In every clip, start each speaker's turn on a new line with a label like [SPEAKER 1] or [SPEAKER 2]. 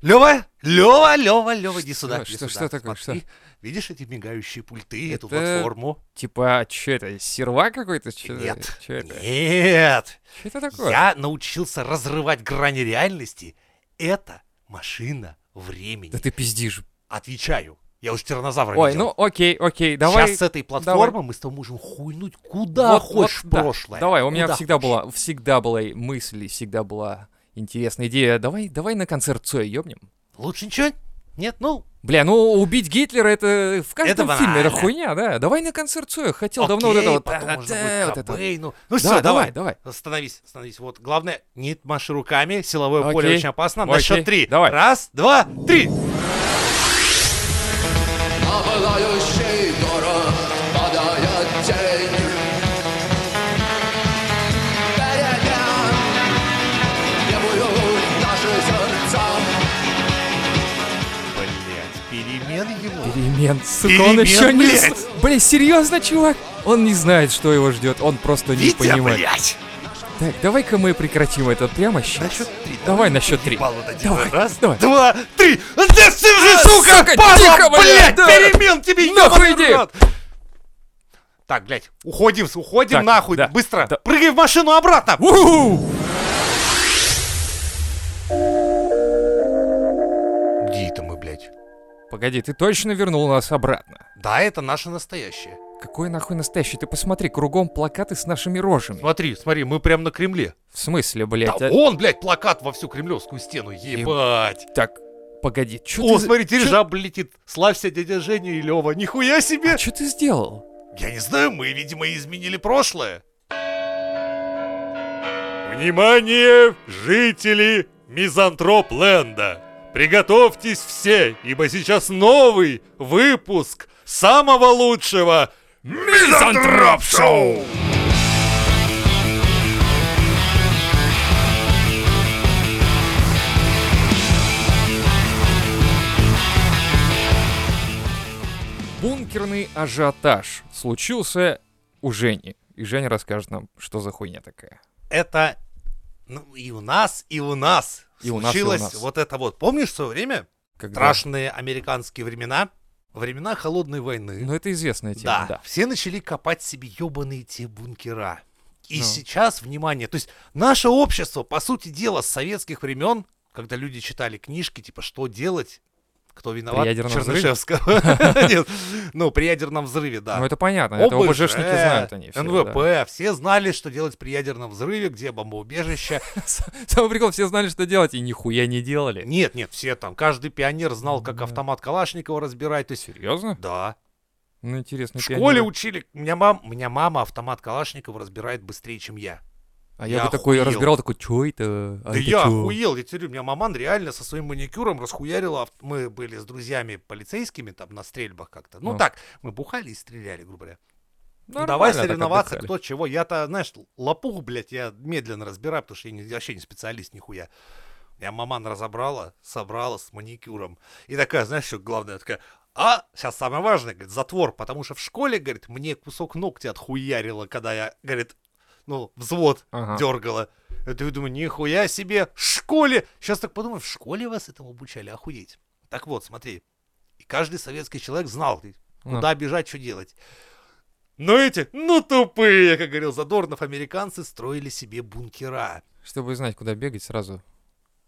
[SPEAKER 1] Лева, Лева, Лева, Лева, иди
[SPEAKER 2] Что-
[SPEAKER 1] сюда. иди
[SPEAKER 2] что-
[SPEAKER 1] сюда.
[SPEAKER 2] что такое?
[SPEAKER 1] Смотри, Видишь эти мигающие пульты, эту
[SPEAKER 2] Это-
[SPEAKER 1] платформу?
[SPEAKER 2] Типа, что это, серва какой-то? Чё это-
[SPEAKER 1] Нет.
[SPEAKER 2] чё это?
[SPEAKER 1] Нет.
[SPEAKER 2] Чё это такое?
[SPEAKER 1] Я научился разрывать грани реальности. Это машина времени.
[SPEAKER 2] Да ты пиздишь.
[SPEAKER 1] Отвечаю. Я уж тиранозавра
[SPEAKER 2] Ой,
[SPEAKER 1] видел.
[SPEAKER 2] ну окей, окей, давай.
[SPEAKER 1] Сейчас с этой платформы мы с тобой можем хуйнуть куда
[SPEAKER 2] Вот- вот,
[SPEAKER 1] хочешь в
[SPEAKER 2] да.
[SPEAKER 1] прошлое.
[SPEAKER 2] Давай, у меня
[SPEAKER 1] Куда
[SPEAKER 2] всегда
[SPEAKER 1] хочешь.
[SPEAKER 2] была, всегда была и мысль, и всегда была интересная идея. Давай, давай на концерт Цоя ёбнем.
[SPEAKER 1] Лучше ничего? Нет, ну,
[SPEAKER 2] Бля, ну убить Гитлера это в каждом
[SPEAKER 1] Это
[SPEAKER 2] фильме это
[SPEAKER 1] банально.
[SPEAKER 2] хуйня, да. Давай на концерт Цоя. Хотел Ну, давно вот
[SPEAKER 1] окей,
[SPEAKER 2] это вот.
[SPEAKER 1] потом
[SPEAKER 2] та-
[SPEAKER 1] можно
[SPEAKER 2] та-
[SPEAKER 1] будет
[SPEAKER 2] вот это.
[SPEAKER 1] Кобейну. Ну
[SPEAKER 2] Да,
[SPEAKER 1] все,
[SPEAKER 2] давай,
[SPEAKER 1] давай.
[SPEAKER 2] давай.
[SPEAKER 1] Остановись, остановись. Вот, главное, не маши руками, силовое поле
[SPEAKER 2] Окей.
[SPEAKER 1] очень опасно. На
[SPEAKER 2] Окей,
[SPEAKER 1] счет три.
[SPEAKER 2] давай.
[SPEAKER 1] Раз, два, три.
[SPEAKER 3] آبلایشی درست بداید جنگ Берегем требуют наши сердца
[SPEAKER 1] Блять, перемен его.
[SPEAKER 2] Перемен, сука, он
[SPEAKER 1] Перемен,
[SPEAKER 2] еще не...
[SPEAKER 1] блядь.
[SPEAKER 2] с- Бля, серьезно, чувак? Он не знает, что его ждет, он просто не
[SPEAKER 1] Витя,
[SPEAKER 2] понимает.
[SPEAKER 1] блять.
[SPEAKER 2] Так, давай-ка мы прекратим это прямо
[SPEAKER 1] На
[SPEAKER 2] сейчас.
[SPEAKER 1] счет три.
[SPEAKER 2] Давай на счет три.
[SPEAKER 1] Ебало дадим.
[SPEAKER 2] Давай,
[SPEAKER 1] Раз,
[SPEAKER 2] давай. А,
[SPEAKER 1] два, три. Да ты же, сука,
[SPEAKER 2] сука,
[SPEAKER 1] падла,
[SPEAKER 2] тихо, блядь,
[SPEAKER 1] блядь,
[SPEAKER 2] да.
[SPEAKER 1] перемен тебе,
[SPEAKER 2] Нахуй
[SPEAKER 1] ёбаный
[SPEAKER 2] иди.
[SPEAKER 1] в рот. Так, блядь, уходим, уходим
[SPEAKER 2] Так,
[SPEAKER 1] нахуй,
[SPEAKER 2] да,
[SPEAKER 1] быстро.
[SPEAKER 2] да.
[SPEAKER 1] Прыгай в машину обратно.
[SPEAKER 2] Уху!
[SPEAKER 1] Где это мы, блядь?
[SPEAKER 2] Погоди, ты точно вернул нас обратно?
[SPEAKER 1] Да, это наше настоящее.
[SPEAKER 2] Какой нахуй настоящий? Ты посмотри, кругом плакаты с нашими рожами.
[SPEAKER 1] Смотри, смотри, мы прям на Кремле.
[SPEAKER 2] В смысле,
[SPEAKER 1] Да
[SPEAKER 2] блядь? а-
[SPEAKER 1] вон, блядь, плакат во всю кремлевскую стену, ебать.
[SPEAKER 2] Так, погоди, чё
[SPEAKER 1] О,
[SPEAKER 2] ты...
[SPEAKER 1] смотри, дирижабль летит. Славься, дядя Женя и Лева. Нихуя себе.
[SPEAKER 2] Что а ты сделал?
[SPEAKER 1] Я не знаю, мы, видимо, изменили прошлое. Внимание, жители Мизантроп Ленда! Приготовьтесь все, ибо сейчас новый выпуск самого лучшего Мизантроп Шоу!
[SPEAKER 2] Бункерный ажиотаж случился у Жени. И Женя расскажет нам, что за хуйня такая.
[SPEAKER 1] Это ну, и у нас, и у нас
[SPEAKER 2] И у нас, и у
[SPEAKER 1] случилось
[SPEAKER 2] нас.
[SPEAKER 1] вот это вот. Помнишь в свое время?
[SPEAKER 2] Когда-
[SPEAKER 1] Страшные американские времена, времена холодной войны.
[SPEAKER 2] Ну, это известная тема,
[SPEAKER 1] да,
[SPEAKER 2] да.
[SPEAKER 1] все начали копать себе ебаные те бункера. И
[SPEAKER 2] Ну.
[SPEAKER 1] сейчас, внимание, то есть наше общество, по сути дела, с советских времен, когда люди читали книжки, типа, что делать, кто виноват,
[SPEAKER 2] ядерном взрыве?
[SPEAKER 1] Чернышевского. Нет, ну, при ядерном взрыве, да.
[SPEAKER 2] Ну, это понятно, это ОБЖшники знают они все.
[SPEAKER 1] э, НВП, все знали, что делать при ядерном взрыве, где бомбоубежище.
[SPEAKER 2] да. С- Самый прикол, все знали, что делать, и нихуя не делали.
[SPEAKER 1] Нет, нет, все там. Каждый пионер знал, как
[SPEAKER 2] Да.
[SPEAKER 1] автомат Калашникова разбирать. То есть,
[SPEAKER 2] Серьезно?
[SPEAKER 1] да.
[SPEAKER 2] Ну, интересно.
[SPEAKER 1] В школе учили. У меня, мам, у меня мама автомат Калашникова разбирает быстрее, чем я.
[SPEAKER 2] А я,
[SPEAKER 1] Я
[SPEAKER 2] бы такой
[SPEAKER 1] охуел.
[SPEAKER 2] разбирал, такой, чё это?
[SPEAKER 1] да
[SPEAKER 2] А это
[SPEAKER 1] я
[SPEAKER 2] чё?»
[SPEAKER 1] охуел, я тебе говорю, у меня маман реально со своим маникюром расхуярила. авт- Мы были с друзьями полицейскими там на стрельбах как-то. Ну,
[SPEAKER 2] Ну.
[SPEAKER 1] так, мы бухали и стреляли, грубо говоря. Ну,
[SPEAKER 2] Нормально
[SPEAKER 1] давай
[SPEAKER 2] так
[SPEAKER 1] соревноваться,
[SPEAKER 2] отдыхали.
[SPEAKER 1] кто чего. Я-то, знаешь, лопух, блядь, я медленно разбираю, потому что я не- вообще не специалист, нихуя. Я маман разобрала, собрала с маникюром. И такая, знаешь, что главное, такая, а, сейчас самое важное, говорит, затвор, потому что в школе, говорит, мне кусок ногтя отхуярило, когда я, говорит, ну, взвод
[SPEAKER 2] Ага.
[SPEAKER 1] дергала. Это я думаю, нихуя себе, в школе. Сейчас так подумаю, в школе вас этому обучали, охуеть. Так вот, смотри, и каждый советский человек знал, ты,
[SPEAKER 2] Ну.
[SPEAKER 1] куда бежать, что делать. Но эти, ну тупые, как говорил Задорнов, американцы строили себе бункера.
[SPEAKER 2] Чтобы знать, куда бегать, сразу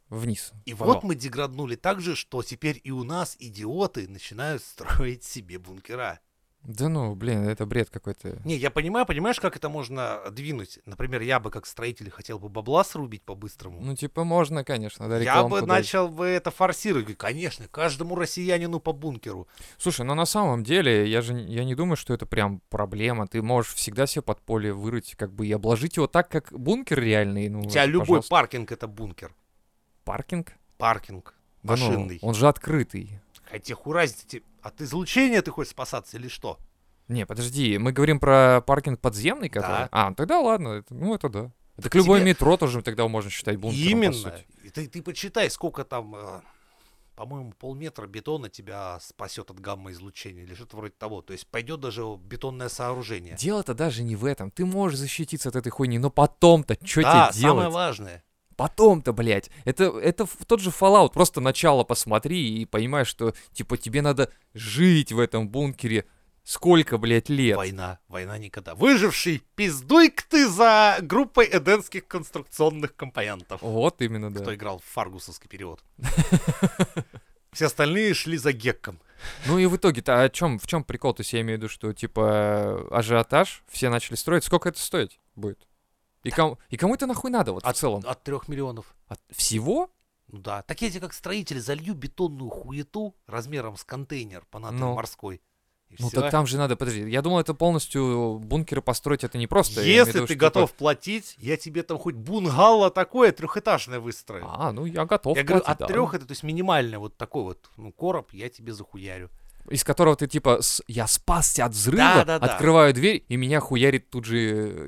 [SPEAKER 2] вниз.
[SPEAKER 1] И
[SPEAKER 2] в
[SPEAKER 1] вот
[SPEAKER 2] подвал.
[SPEAKER 1] мы деграднули так же, что теперь и у нас идиоты начинают строить себе бункера.
[SPEAKER 2] Да ну, блин, это бред какой-то.
[SPEAKER 1] Не, я понимаю, понимаешь, как это можно двинуть? Например, я бы как строитель хотел бы бабла срубить по-быстрому.
[SPEAKER 2] Ну, типа, можно, конечно, да,
[SPEAKER 1] Я
[SPEAKER 2] рекламку
[SPEAKER 1] бы
[SPEAKER 2] дать.
[SPEAKER 1] начал бы это форсировать. Говорю, Конечно, каждому россиянину по бункеру.
[SPEAKER 2] Слушай, ну на самом деле, я же н- я не думаю, что это прям проблема. Ты можешь всегда себе подполье вырыть, как бы и обложить его так, как бункер реальный. Ну,
[SPEAKER 1] У тебя любой
[SPEAKER 2] пожалуйста.
[SPEAKER 1] паркинг это бункер.
[SPEAKER 2] паркинг.
[SPEAKER 1] Паркинг.
[SPEAKER 2] Да ну,
[SPEAKER 1] Машинный.
[SPEAKER 2] он же открытый.
[SPEAKER 1] Хотя хуй разница, те- от излучения ты хочешь спасаться или что?
[SPEAKER 2] Не, подожди, мы говорим про паркинг подземный, который.
[SPEAKER 1] Да.
[SPEAKER 2] А, ну тогда ладно, это- ну это да. Так любое
[SPEAKER 1] тебе-
[SPEAKER 2] метро тоже тогда можно считать бункером. по
[SPEAKER 1] Именно.
[SPEAKER 2] сути.
[SPEAKER 1] И Ты, ты почитай, сколько там, э, по-моему, полметра бетона тебя спасет от гамма-излучения или что-то вроде того. То есть пойдет даже бетонное сооружение.
[SPEAKER 2] Дело-то даже не в этом. Ты можешь защититься от этой хуйни, но потом-то что
[SPEAKER 1] да,
[SPEAKER 2] тебе делать?
[SPEAKER 1] самое важное.
[SPEAKER 2] Потом-то, блядь, это, это ф- тот же Fallout. Просто начало посмотри и понимаешь, что, типа, тебе надо жить в этом бункере сколько, блядь, лет.
[SPEAKER 1] Война, война никогда. Выживший, пиздуй-ка ты за группой эденских конструкционных компонентов.
[SPEAKER 2] Вот именно, да.
[SPEAKER 1] Кто играл в фаргусовский период. Все остальные шли за Гекком.
[SPEAKER 2] Ну и в итоге-то о чем, в чем прикол? То есть я имею в виду, что типа ажиотаж, все начали строить. Сколько это стоить будет? И, кому, и кому это нахуй надо
[SPEAKER 1] А
[SPEAKER 2] вот в целом?
[SPEAKER 1] От трех миллионов.
[SPEAKER 2] От всего?
[SPEAKER 1] Ну да. Так эти как строители залью бетонную хуету размером с контейнер по натрию
[SPEAKER 2] Ну.
[SPEAKER 1] морской. И
[SPEAKER 2] Ну
[SPEAKER 1] всё.
[SPEAKER 2] так там же надо, подожди. Я думал, это полностью бункеры построить, это не просто. я имею в
[SPEAKER 1] Если ты
[SPEAKER 2] виду, что, типа
[SPEAKER 1] готов платить, я тебе там хоть бунгало такое трехэтажное
[SPEAKER 2] типа,
[SPEAKER 1] выстрою.
[SPEAKER 2] А, ну я готов.
[SPEAKER 1] я говорю,
[SPEAKER 2] платить,
[SPEAKER 1] от
[SPEAKER 2] да.
[SPEAKER 1] трех это, то есть минимальный вот такой вот ну, короб я тебе захуярю.
[SPEAKER 2] Из которого ты типа, с- я спасся от взрыва,
[SPEAKER 1] да, да.
[SPEAKER 2] открываю дверь, и меня хуярит тут же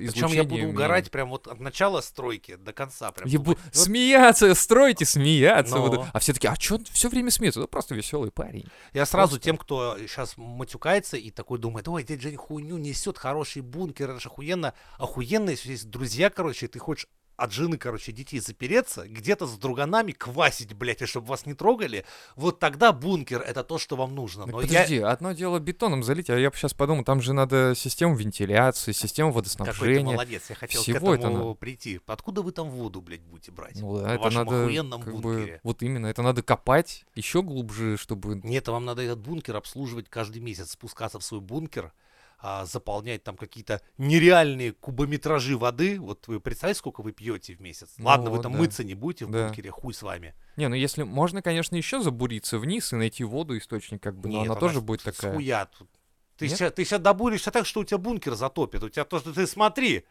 [SPEAKER 2] излучение.
[SPEAKER 1] Причем я буду
[SPEAKER 2] меня-
[SPEAKER 1] угорать прям вот от начала стройки до конца. Прям.
[SPEAKER 2] Я
[SPEAKER 1] Ну, вот
[SPEAKER 2] бу- Смеяться, стройте, смеяться.
[SPEAKER 1] Но.
[SPEAKER 2] буду. А все таки а чё он все время смеется? Ну, просто веселый парень.
[SPEAKER 1] Я сразу
[SPEAKER 2] Просто.
[SPEAKER 1] тем, кто сейчас матюкается и такой думает, ой, дядя Женя хуйню несет, хороший бункер, это ж охуенно. Охуенно, если есть друзья, короче, и ты хочешь от жены, короче, детей запереться, где-то с друганами квасить, блядь, и чтобы вас не трогали, вот тогда бункер — это то, что вам нужно.
[SPEAKER 2] Так
[SPEAKER 1] Но я...
[SPEAKER 2] Ну, подожди, одно дело бетоном залить, а я сейчас подумал, там же надо систему вентиляции, систему
[SPEAKER 1] Какой ты
[SPEAKER 2] водоснабжения.
[SPEAKER 1] молодец, я хотел к
[SPEAKER 2] всего это
[SPEAKER 1] этому
[SPEAKER 2] надо.
[SPEAKER 1] прийти. Откуда вы там воду, блядь, будете брать?
[SPEAKER 2] Ну да,
[SPEAKER 1] В
[SPEAKER 2] это
[SPEAKER 1] вашем
[SPEAKER 2] надо
[SPEAKER 1] охуенном
[SPEAKER 2] как бы,
[SPEAKER 1] бункере.
[SPEAKER 2] вот именно, это надо копать еще глубже, чтобы
[SPEAKER 1] Нет, это вам надо этот бункер обслуживать каждый месяц, спускаться в свой бункер, а, заполнять там какие-то нереальные кубометражи воды. Вот вы представляете, сколько вы пьете в месяц?
[SPEAKER 2] Ну
[SPEAKER 1] Ладно, вы
[SPEAKER 2] вот,
[SPEAKER 1] там
[SPEAKER 2] да.
[SPEAKER 1] мыться не будете в
[SPEAKER 2] Да.
[SPEAKER 1] бункере, хуй с вами.
[SPEAKER 2] Не, ну если можно, конечно, еще забуриться вниз и найти воду, источник, как бы, но
[SPEAKER 1] Нет,
[SPEAKER 2] она
[SPEAKER 1] она
[SPEAKER 2] тоже
[SPEAKER 1] с-
[SPEAKER 2] будет
[SPEAKER 1] с-
[SPEAKER 2] такая.
[SPEAKER 1] Схуя тут. Ты
[SPEAKER 2] Нет?
[SPEAKER 1] сейчас, ты ща добуришься так, что у тебя бункер затопит. У тебя то, что ты смотри.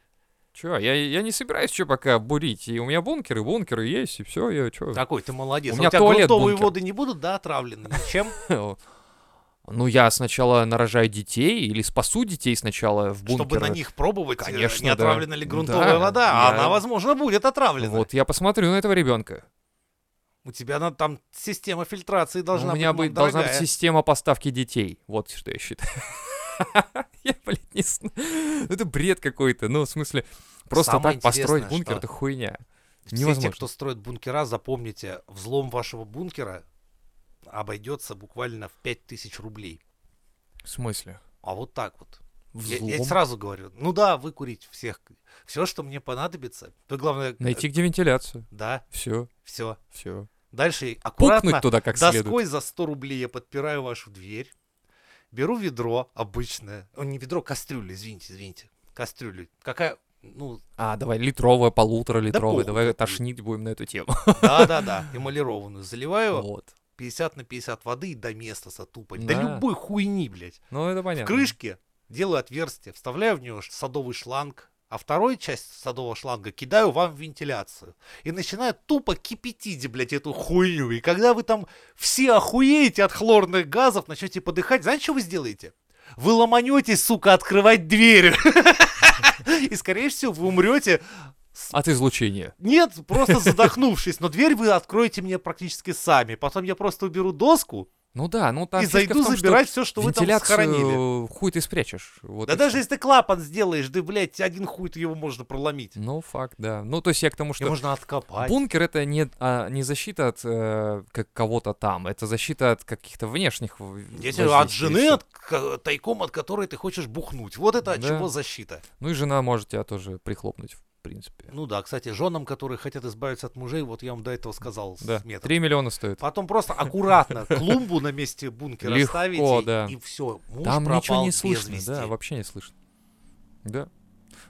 [SPEAKER 2] Че, я, я не собираюсь что пока бурить. И у меня бункеры, бункеры есть, и все, я че.
[SPEAKER 1] Такой ты молодец.
[SPEAKER 2] У
[SPEAKER 1] А
[SPEAKER 2] меня
[SPEAKER 1] тебя
[SPEAKER 2] туалет
[SPEAKER 1] грунтовые
[SPEAKER 2] бункер.
[SPEAKER 1] воды не будут, да, отравлены ничем?
[SPEAKER 2] Ну, я сначала нарожаю детей или спасу детей сначала в бункер.
[SPEAKER 1] Чтобы на них пробовать, э,
[SPEAKER 2] Конечно,
[SPEAKER 1] не
[SPEAKER 2] да.
[SPEAKER 1] отравлена ли
[SPEAKER 2] Да,
[SPEAKER 1] грунтовая вода. А
[SPEAKER 2] я-
[SPEAKER 1] она, возможно, будет отравлена.
[SPEAKER 2] Вот, я посмотрю на этого ребенка.
[SPEAKER 1] У тебя надо там система фильтрации
[SPEAKER 2] Ну,
[SPEAKER 1] должна
[SPEAKER 2] у меня
[SPEAKER 1] быть, мам,
[SPEAKER 2] быть, должна быть
[SPEAKER 1] дорогая.
[SPEAKER 2] система поставки детей. Вот что я считаю. Я, блядь, не знаю. Ну, Это бред какой-то. Ну, в смысле, просто
[SPEAKER 1] Самое
[SPEAKER 2] так построить
[SPEAKER 1] интересное,
[SPEAKER 2] бункер,
[SPEAKER 1] что-
[SPEAKER 2] это хуйня.
[SPEAKER 1] Все
[SPEAKER 2] невозможно.
[SPEAKER 1] те, кто строит бункера, запомните, взлом вашего бункера обойдется буквально в 5000 рублей.
[SPEAKER 2] В смысле?
[SPEAKER 1] А вот так вот. Я, я
[SPEAKER 2] Взлом?
[SPEAKER 1] сразу говорю, ну да, выкурить всех. Все, что мне понадобится. Вы главное... э,
[SPEAKER 2] Найти где вентиляцию.
[SPEAKER 1] Да,
[SPEAKER 2] Все,
[SPEAKER 1] все.
[SPEAKER 2] все.
[SPEAKER 1] Дальше аккуратно
[SPEAKER 2] пукнуть туда как
[SPEAKER 1] доской
[SPEAKER 2] следует.
[SPEAKER 1] за 100 рублей я подпираю вашу дверь. Беру ведро обычное. О, не ведро, кастрюлю, извините, извините. Кастрюлю. Какая... Ну,
[SPEAKER 2] А, давай литровая, полутора литровая,
[SPEAKER 1] похуй
[SPEAKER 2] давай
[SPEAKER 1] какую.
[SPEAKER 2] тошнить будем на эту тему.
[SPEAKER 1] да-да-да, эмалированную. Заливаю.
[SPEAKER 2] Вот.
[SPEAKER 1] 50 на 50 воды и до места сотупать. Да,
[SPEAKER 2] Да.
[SPEAKER 1] любой хуйни, блядь.
[SPEAKER 2] Ну, это
[SPEAKER 1] В
[SPEAKER 2] понятно.
[SPEAKER 1] крышке делаю отверстие, вставляю в него ш- садовый шланг, а второй часть садового шланга кидаю вам в вентиляцию. И начинаю тупо кипятить, блядь, эту хуйню. И когда вы там все охуеете от хлорных газов, начнете подыхать, знаете, что вы сделаете? Вы ломанетесь, сука, открывать дверь. И, скорее всего, вы умрете
[SPEAKER 2] От излучения.
[SPEAKER 1] нет, просто задохнувшись. Но дверь вы откроете мне практически сами. Потом я просто уберу доску
[SPEAKER 2] Ну да, ну там
[SPEAKER 1] и
[SPEAKER 2] фишка
[SPEAKER 1] зайду
[SPEAKER 2] в том,
[SPEAKER 1] забирать все, что
[SPEAKER 2] что
[SPEAKER 1] вы там схоронили.
[SPEAKER 2] вентиляцию хуй ты спрячешь. Вот
[SPEAKER 1] Да
[SPEAKER 2] и
[SPEAKER 1] даже
[SPEAKER 2] всё.
[SPEAKER 1] если ты клапан сделаешь, да, блядь, один хуй ты его можно проломить.
[SPEAKER 2] Ну, факт, да. Ну, то есть я к тому,
[SPEAKER 1] Его
[SPEAKER 2] что...
[SPEAKER 1] можно откопать.
[SPEAKER 2] Бункер это не, а, не защита от э, как кого-то там, это защита от каких-то внешних. в-
[SPEAKER 1] Если от
[SPEAKER 2] воздействий,
[SPEAKER 1] жены,
[SPEAKER 2] всё.
[SPEAKER 1] от, к- тайком от которой ты хочешь бухнуть. Вот это от
[SPEAKER 2] Да.
[SPEAKER 1] чего защита.
[SPEAKER 2] Ну и жена может тебя тоже прихлопнуть, в принципе.
[SPEAKER 1] Ну да, кстати, женам, которые хотят избавиться от мужей, вот я вам до этого сказал с-
[SPEAKER 2] Да.
[SPEAKER 1] метод.
[SPEAKER 2] Три миллиона стоит.
[SPEAKER 1] Потом просто аккуратно клумбу на месте бункера
[SPEAKER 2] Легко,
[SPEAKER 1] ставите,
[SPEAKER 2] да.
[SPEAKER 1] и все, муж
[SPEAKER 2] Там
[SPEAKER 1] пропал
[SPEAKER 2] ничего не
[SPEAKER 1] без
[SPEAKER 2] слышно,
[SPEAKER 1] вести.
[SPEAKER 2] да, вообще не слышно. Да.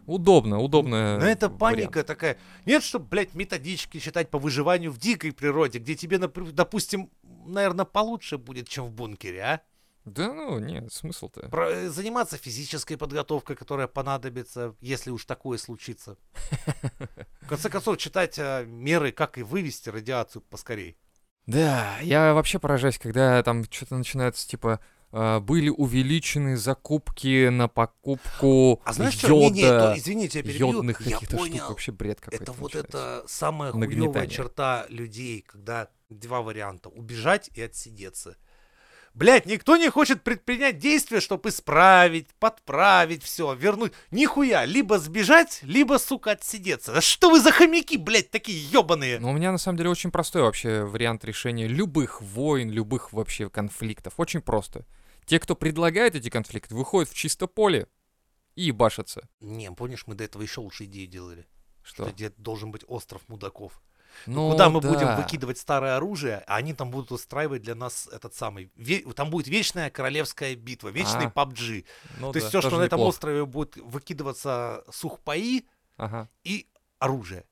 [SPEAKER 2] Удобно, удобно.
[SPEAKER 1] Но Ну, это
[SPEAKER 2] э, вариант.
[SPEAKER 1] паника такая. Нет, что, блядь, методички читать по выживанию в дикой природе, где тебе, напр- допустим, наверное, получше будет, чем в бункере, а?
[SPEAKER 2] Да ну, нет, смысл-то.
[SPEAKER 1] Про- э, заниматься физической подготовкой, которая понадобится, если уж такое случится. В конце концов, читать а, меры, как и вывести радиацию поскорей.
[SPEAKER 2] Да, я вообще поражаюсь, когда там что-то начинается, типа, э, были увеличены закупки на покупку
[SPEAKER 1] А знаешь что? Не, не,
[SPEAKER 2] йода,
[SPEAKER 1] то- извините, я перебью.
[SPEAKER 2] йодных
[SPEAKER 1] я
[SPEAKER 2] каких-то штук.
[SPEAKER 1] понял.
[SPEAKER 2] Вообще бред какой-то
[SPEAKER 1] Это вот
[SPEAKER 2] начинается.
[SPEAKER 1] это самая хуевая
[SPEAKER 2] Нагнетание.
[SPEAKER 1] черта людей, когда два варианта. Убежать и отсидеться. Блять, никто не хочет предпринять действия, чтобы исправить, подправить все, вернуть. Нихуя, либо сбежать, либо, сука, отсидеться. Да что вы за хомяки, блять, такие ебаные?
[SPEAKER 2] Но Ну, у меня на самом деле очень простой вообще вариант решения любых войн, любых вообще конфликтов. Очень просто. Те, кто предлагает эти конфликты, выходят в чисто поле и ебашатся.
[SPEAKER 1] Не, помнишь, мы до этого еще лучше идеи делали.
[SPEAKER 2] Что?
[SPEAKER 1] Что где должен быть остров мудаков.
[SPEAKER 2] Ну,
[SPEAKER 1] Куда мы будем
[SPEAKER 2] да.
[SPEAKER 1] выкидывать старое оружие, а они там будут устраивать для нас этот самый... ве- Там будет вечная королевская битва, вечный
[SPEAKER 2] А.
[SPEAKER 1] PUBG.
[SPEAKER 2] Ну
[SPEAKER 1] То есть
[SPEAKER 2] да,
[SPEAKER 1] все, что
[SPEAKER 2] тоже
[SPEAKER 1] на этом
[SPEAKER 2] неплохо.
[SPEAKER 1] острове будет выкидываться сухпаи
[SPEAKER 2] Ага.
[SPEAKER 1] и оружие.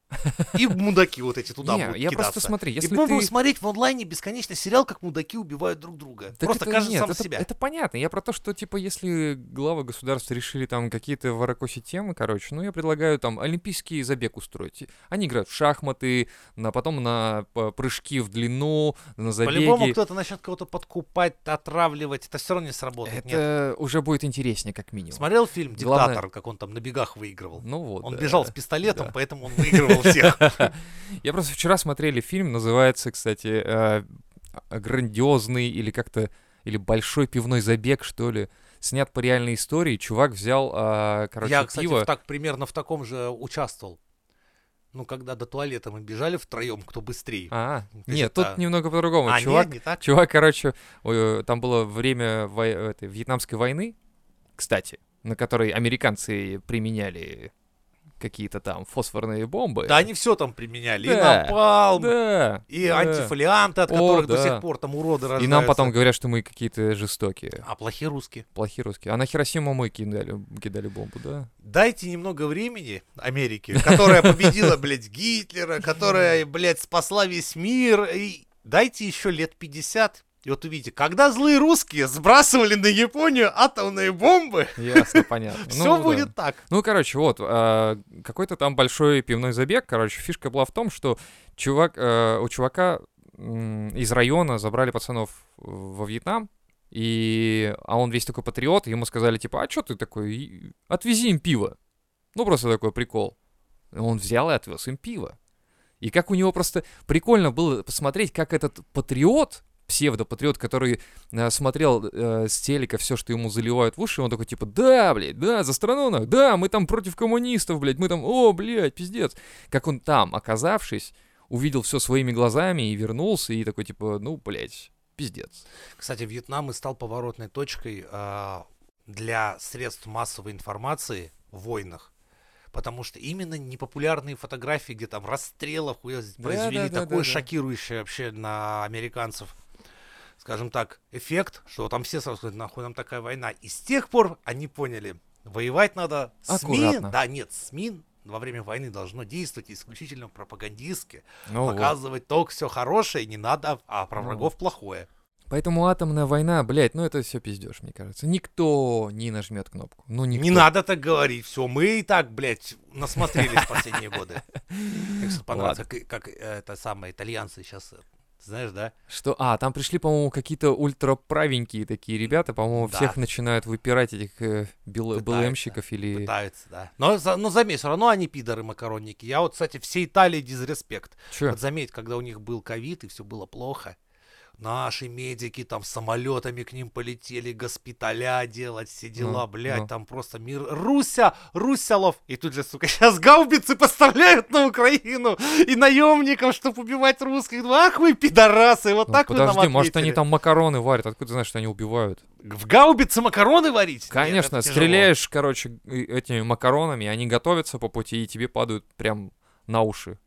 [SPEAKER 1] И мудаки вот эти туда
[SPEAKER 2] Не,
[SPEAKER 1] будут
[SPEAKER 2] я просто
[SPEAKER 1] кидаться.
[SPEAKER 2] смотри,
[SPEAKER 1] И
[SPEAKER 2] если
[SPEAKER 1] мы
[SPEAKER 2] ты...
[SPEAKER 1] будем смотреть в онлайне бесконечно сериал, как мудаки убивают друг друга.
[SPEAKER 2] Так
[SPEAKER 1] просто
[SPEAKER 2] это
[SPEAKER 1] каждый
[SPEAKER 2] нет,
[SPEAKER 1] сам
[SPEAKER 2] это,
[SPEAKER 1] себя.
[SPEAKER 2] это понятно. Я про то, что, типа, если главы государства решили там какие-то ворокосить темы, короче, ну, я предлагаю там олимпийский забег устроить. Они играют в шахматы, на, потом на п- прыжки в длину, на забеги.
[SPEAKER 1] По-любому кто-то начнет кого-то подкупать, отравливать. Это все равно не сработает.
[SPEAKER 2] это
[SPEAKER 1] Нет.
[SPEAKER 2] уже будет интереснее, как минимум.
[SPEAKER 1] Смотрел фильм
[SPEAKER 2] Главное-
[SPEAKER 1] «Диктатор», как он там на бегах выигрывал?
[SPEAKER 2] Ну вот.
[SPEAKER 1] Он
[SPEAKER 2] да.
[SPEAKER 1] бежал с пистолетом,
[SPEAKER 2] да.
[SPEAKER 1] поэтому он выигрывал всех.
[SPEAKER 2] Я просто вчера смотрели фильм, называется, кстати, э, грандиозный или как-то или большой пивной забег, что ли. Снят по реальной истории. Чувак взял, а, короче,
[SPEAKER 1] Я, кстати,
[SPEAKER 2] пиво.
[SPEAKER 1] в так, примерно в таком же участвовал. Ну, когда до туалета мы бежали втроем, кто быстрее.
[SPEAKER 2] А,
[SPEAKER 1] То есть
[SPEAKER 2] нет,
[SPEAKER 1] это-
[SPEAKER 2] тут немного по-другому.
[SPEAKER 1] А,
[SPEAKER 2] чувак,
[SPEAKER 1] нет, не так?
[SPEAKER 2] чувак, короче, э, там было время вой- этой Вьетнамской войны, кстати, на которой американцы применяли какие-то там фосфорные бомбы.
[SPEAKER 1] Да они все там применяли.
[SPEAKER 2] Э, Да,
[SPEAKER 1] И напалм,
[SPEAKER 2] Да,
[SPEAKER 1] и
[SPEAKER 2] да.
[SPEAKER 1] антифолианты, от
[SPEAKER 2] О,
[SPEAKER 1] которых до
[SPEAKER 2] да.
[SPEAKER 1] сих пор там уроды
[SPEAKER 2] И
[SPEAKER 1] рождаются.
[SPEAKER 2] нам потом говорят, что мы какие-то жестокие,
[SPEAKER 1] А плохие русские.
[SPEAKER 2] плохие русские. А на Хиросиму мы кидали, кидали бомбу, да?
[SPEAKER 1] Дайте немного времени Америке, которая победила, блядь, Гитлера, которая, блядь, спасла весь мир. И дайте еще лет 50. И вот увидите, когда злые русские сбрасывали на Японию атомные бомбы,
[SPEAKER 2] Ясно, понятно.
[SPEAKER 1] все
[SPEAKER 2] Ну, да.
[SPEAKER 1] будет так.
[SPEAKER 2] Ну, короче, вот, а, какой-то там большой пивной забег, короче, фишка была в том, что чувак, э, у чувака м, из района забрали пацанов во Вьетнам, и, а он весь такой патриот, и ему сказали, типа, а что ты такой, И- отвези им пиво. Ну, просто такой прикол. И Он взял и отвез им пиво. И как у него просто прикольно было посмотреть, как этот патриот, псевдопатриот, который э, смотрел э, с телека все, что ему заливают в уши, он такой типа, да, блядь, да, за страну, нах, да, мы там против коммунистов, блядь, мы там, о, блядь, пиздец. Как он там, оказавшись, увидел все своими глазами и вернулся, и такой типа, ну, блядь, пиздец.
[SPEAKER 1] Кстати, Вьетнам и стал поворотной точкой а, для средств массовой информации в войнах. Потому что именно непопулярные фотографии, где там расстрелов хуя с-
[SPEAKER 2] Да,
[SPEAKER 1] произвели
[SPEAKER 2] да, да,
[SPEAKER 1] такое
[SPEAKER 2] да, да.
[SPEAKER 1] шокирующее вообще на американцев, скажем так, эффект, что там все сразу сказали, нахуй нам такая война. И с тех пор они поняли, воевать надо СМИ.
[SPEAKER 2] Аккуратно.
[SPEAKER 1] Да, нет, СМИ во время войны должно действовать исключительно пропагандистски,
[SPEAKER 2] Ну вот.
[SPEAKER 1] показывать только все хорошее не надо, а про
[SPEAKER 2] Ну
[SPEAKER 1] врагов плохое.
[SPEAKER 2] Поэтому атомная война, блядь, ну это все пиздешь, мне кажется. Никто не нажмет кнопку. Ну, никто.
[SPEAKER 1] Не надо так говорить, все, мы и так, блядь, насмотрелись последние годы. Мне, кстати, понравилось,
[SPEAKER 2] Ладно.
[SPEAKER 1] как, как, э, это самое, итальянцы сейчас, знаешь, да?
[SPEAKER 2] Что, а, там пришли, по-моему, какие-то ультраправенькие такие ребята, по-моему,
[SPEAKER 1] Да.
[SPEAKER 2] всех начинают выпирать, этих э, бел-
[SPEAKER 1] Пытаются,
[SPEAKER 2] БЛМщиков или...
[SPEAKER 1] Пытаются, да. Но, за- но заметь, все равно они пидоры, макаронники. Я вот, кстати, всей Италии дизреспект.
[SPEAKER 2] Чё?
[SPEAKER 1] Вот заметь, когда у них был ковид и все было плохо, наши медики там самолетами к ним полетели, госпиталя делать, все дела,
[SPEAKER 2] Ну,
[SPEAKER 1] блядь,
[SPEAKER 2] ну.
[SPEAKER 1] там просто мир. Руся, Русялов. И тут же, сука, сейчас гаубицы поставляют на Украину и наемникам, чтобы убивать русских. Ну, Ах вы, пидорасы, вот
[SPEAKER 2] Ну,
[SPEAKER 1] так вы
[SPEAKER 2] подожди,
[SPEAKER 1] нам
[SPEAKER 2] может, они
[SPEAKER 1] ответили.
[SPEAKER 2] там макароны варят, откуда ты знаешь, что они убивают?
[SPEAKER 1] В гаубице макароны варить? Нет,
[SPEAKER 2] Конечно,
[SPEAKER 1] это тяжело.
[SPEAKER 2] стреляешь, короче, и- этими макаронами, они готовятся по пути, и тебе падают прям на уши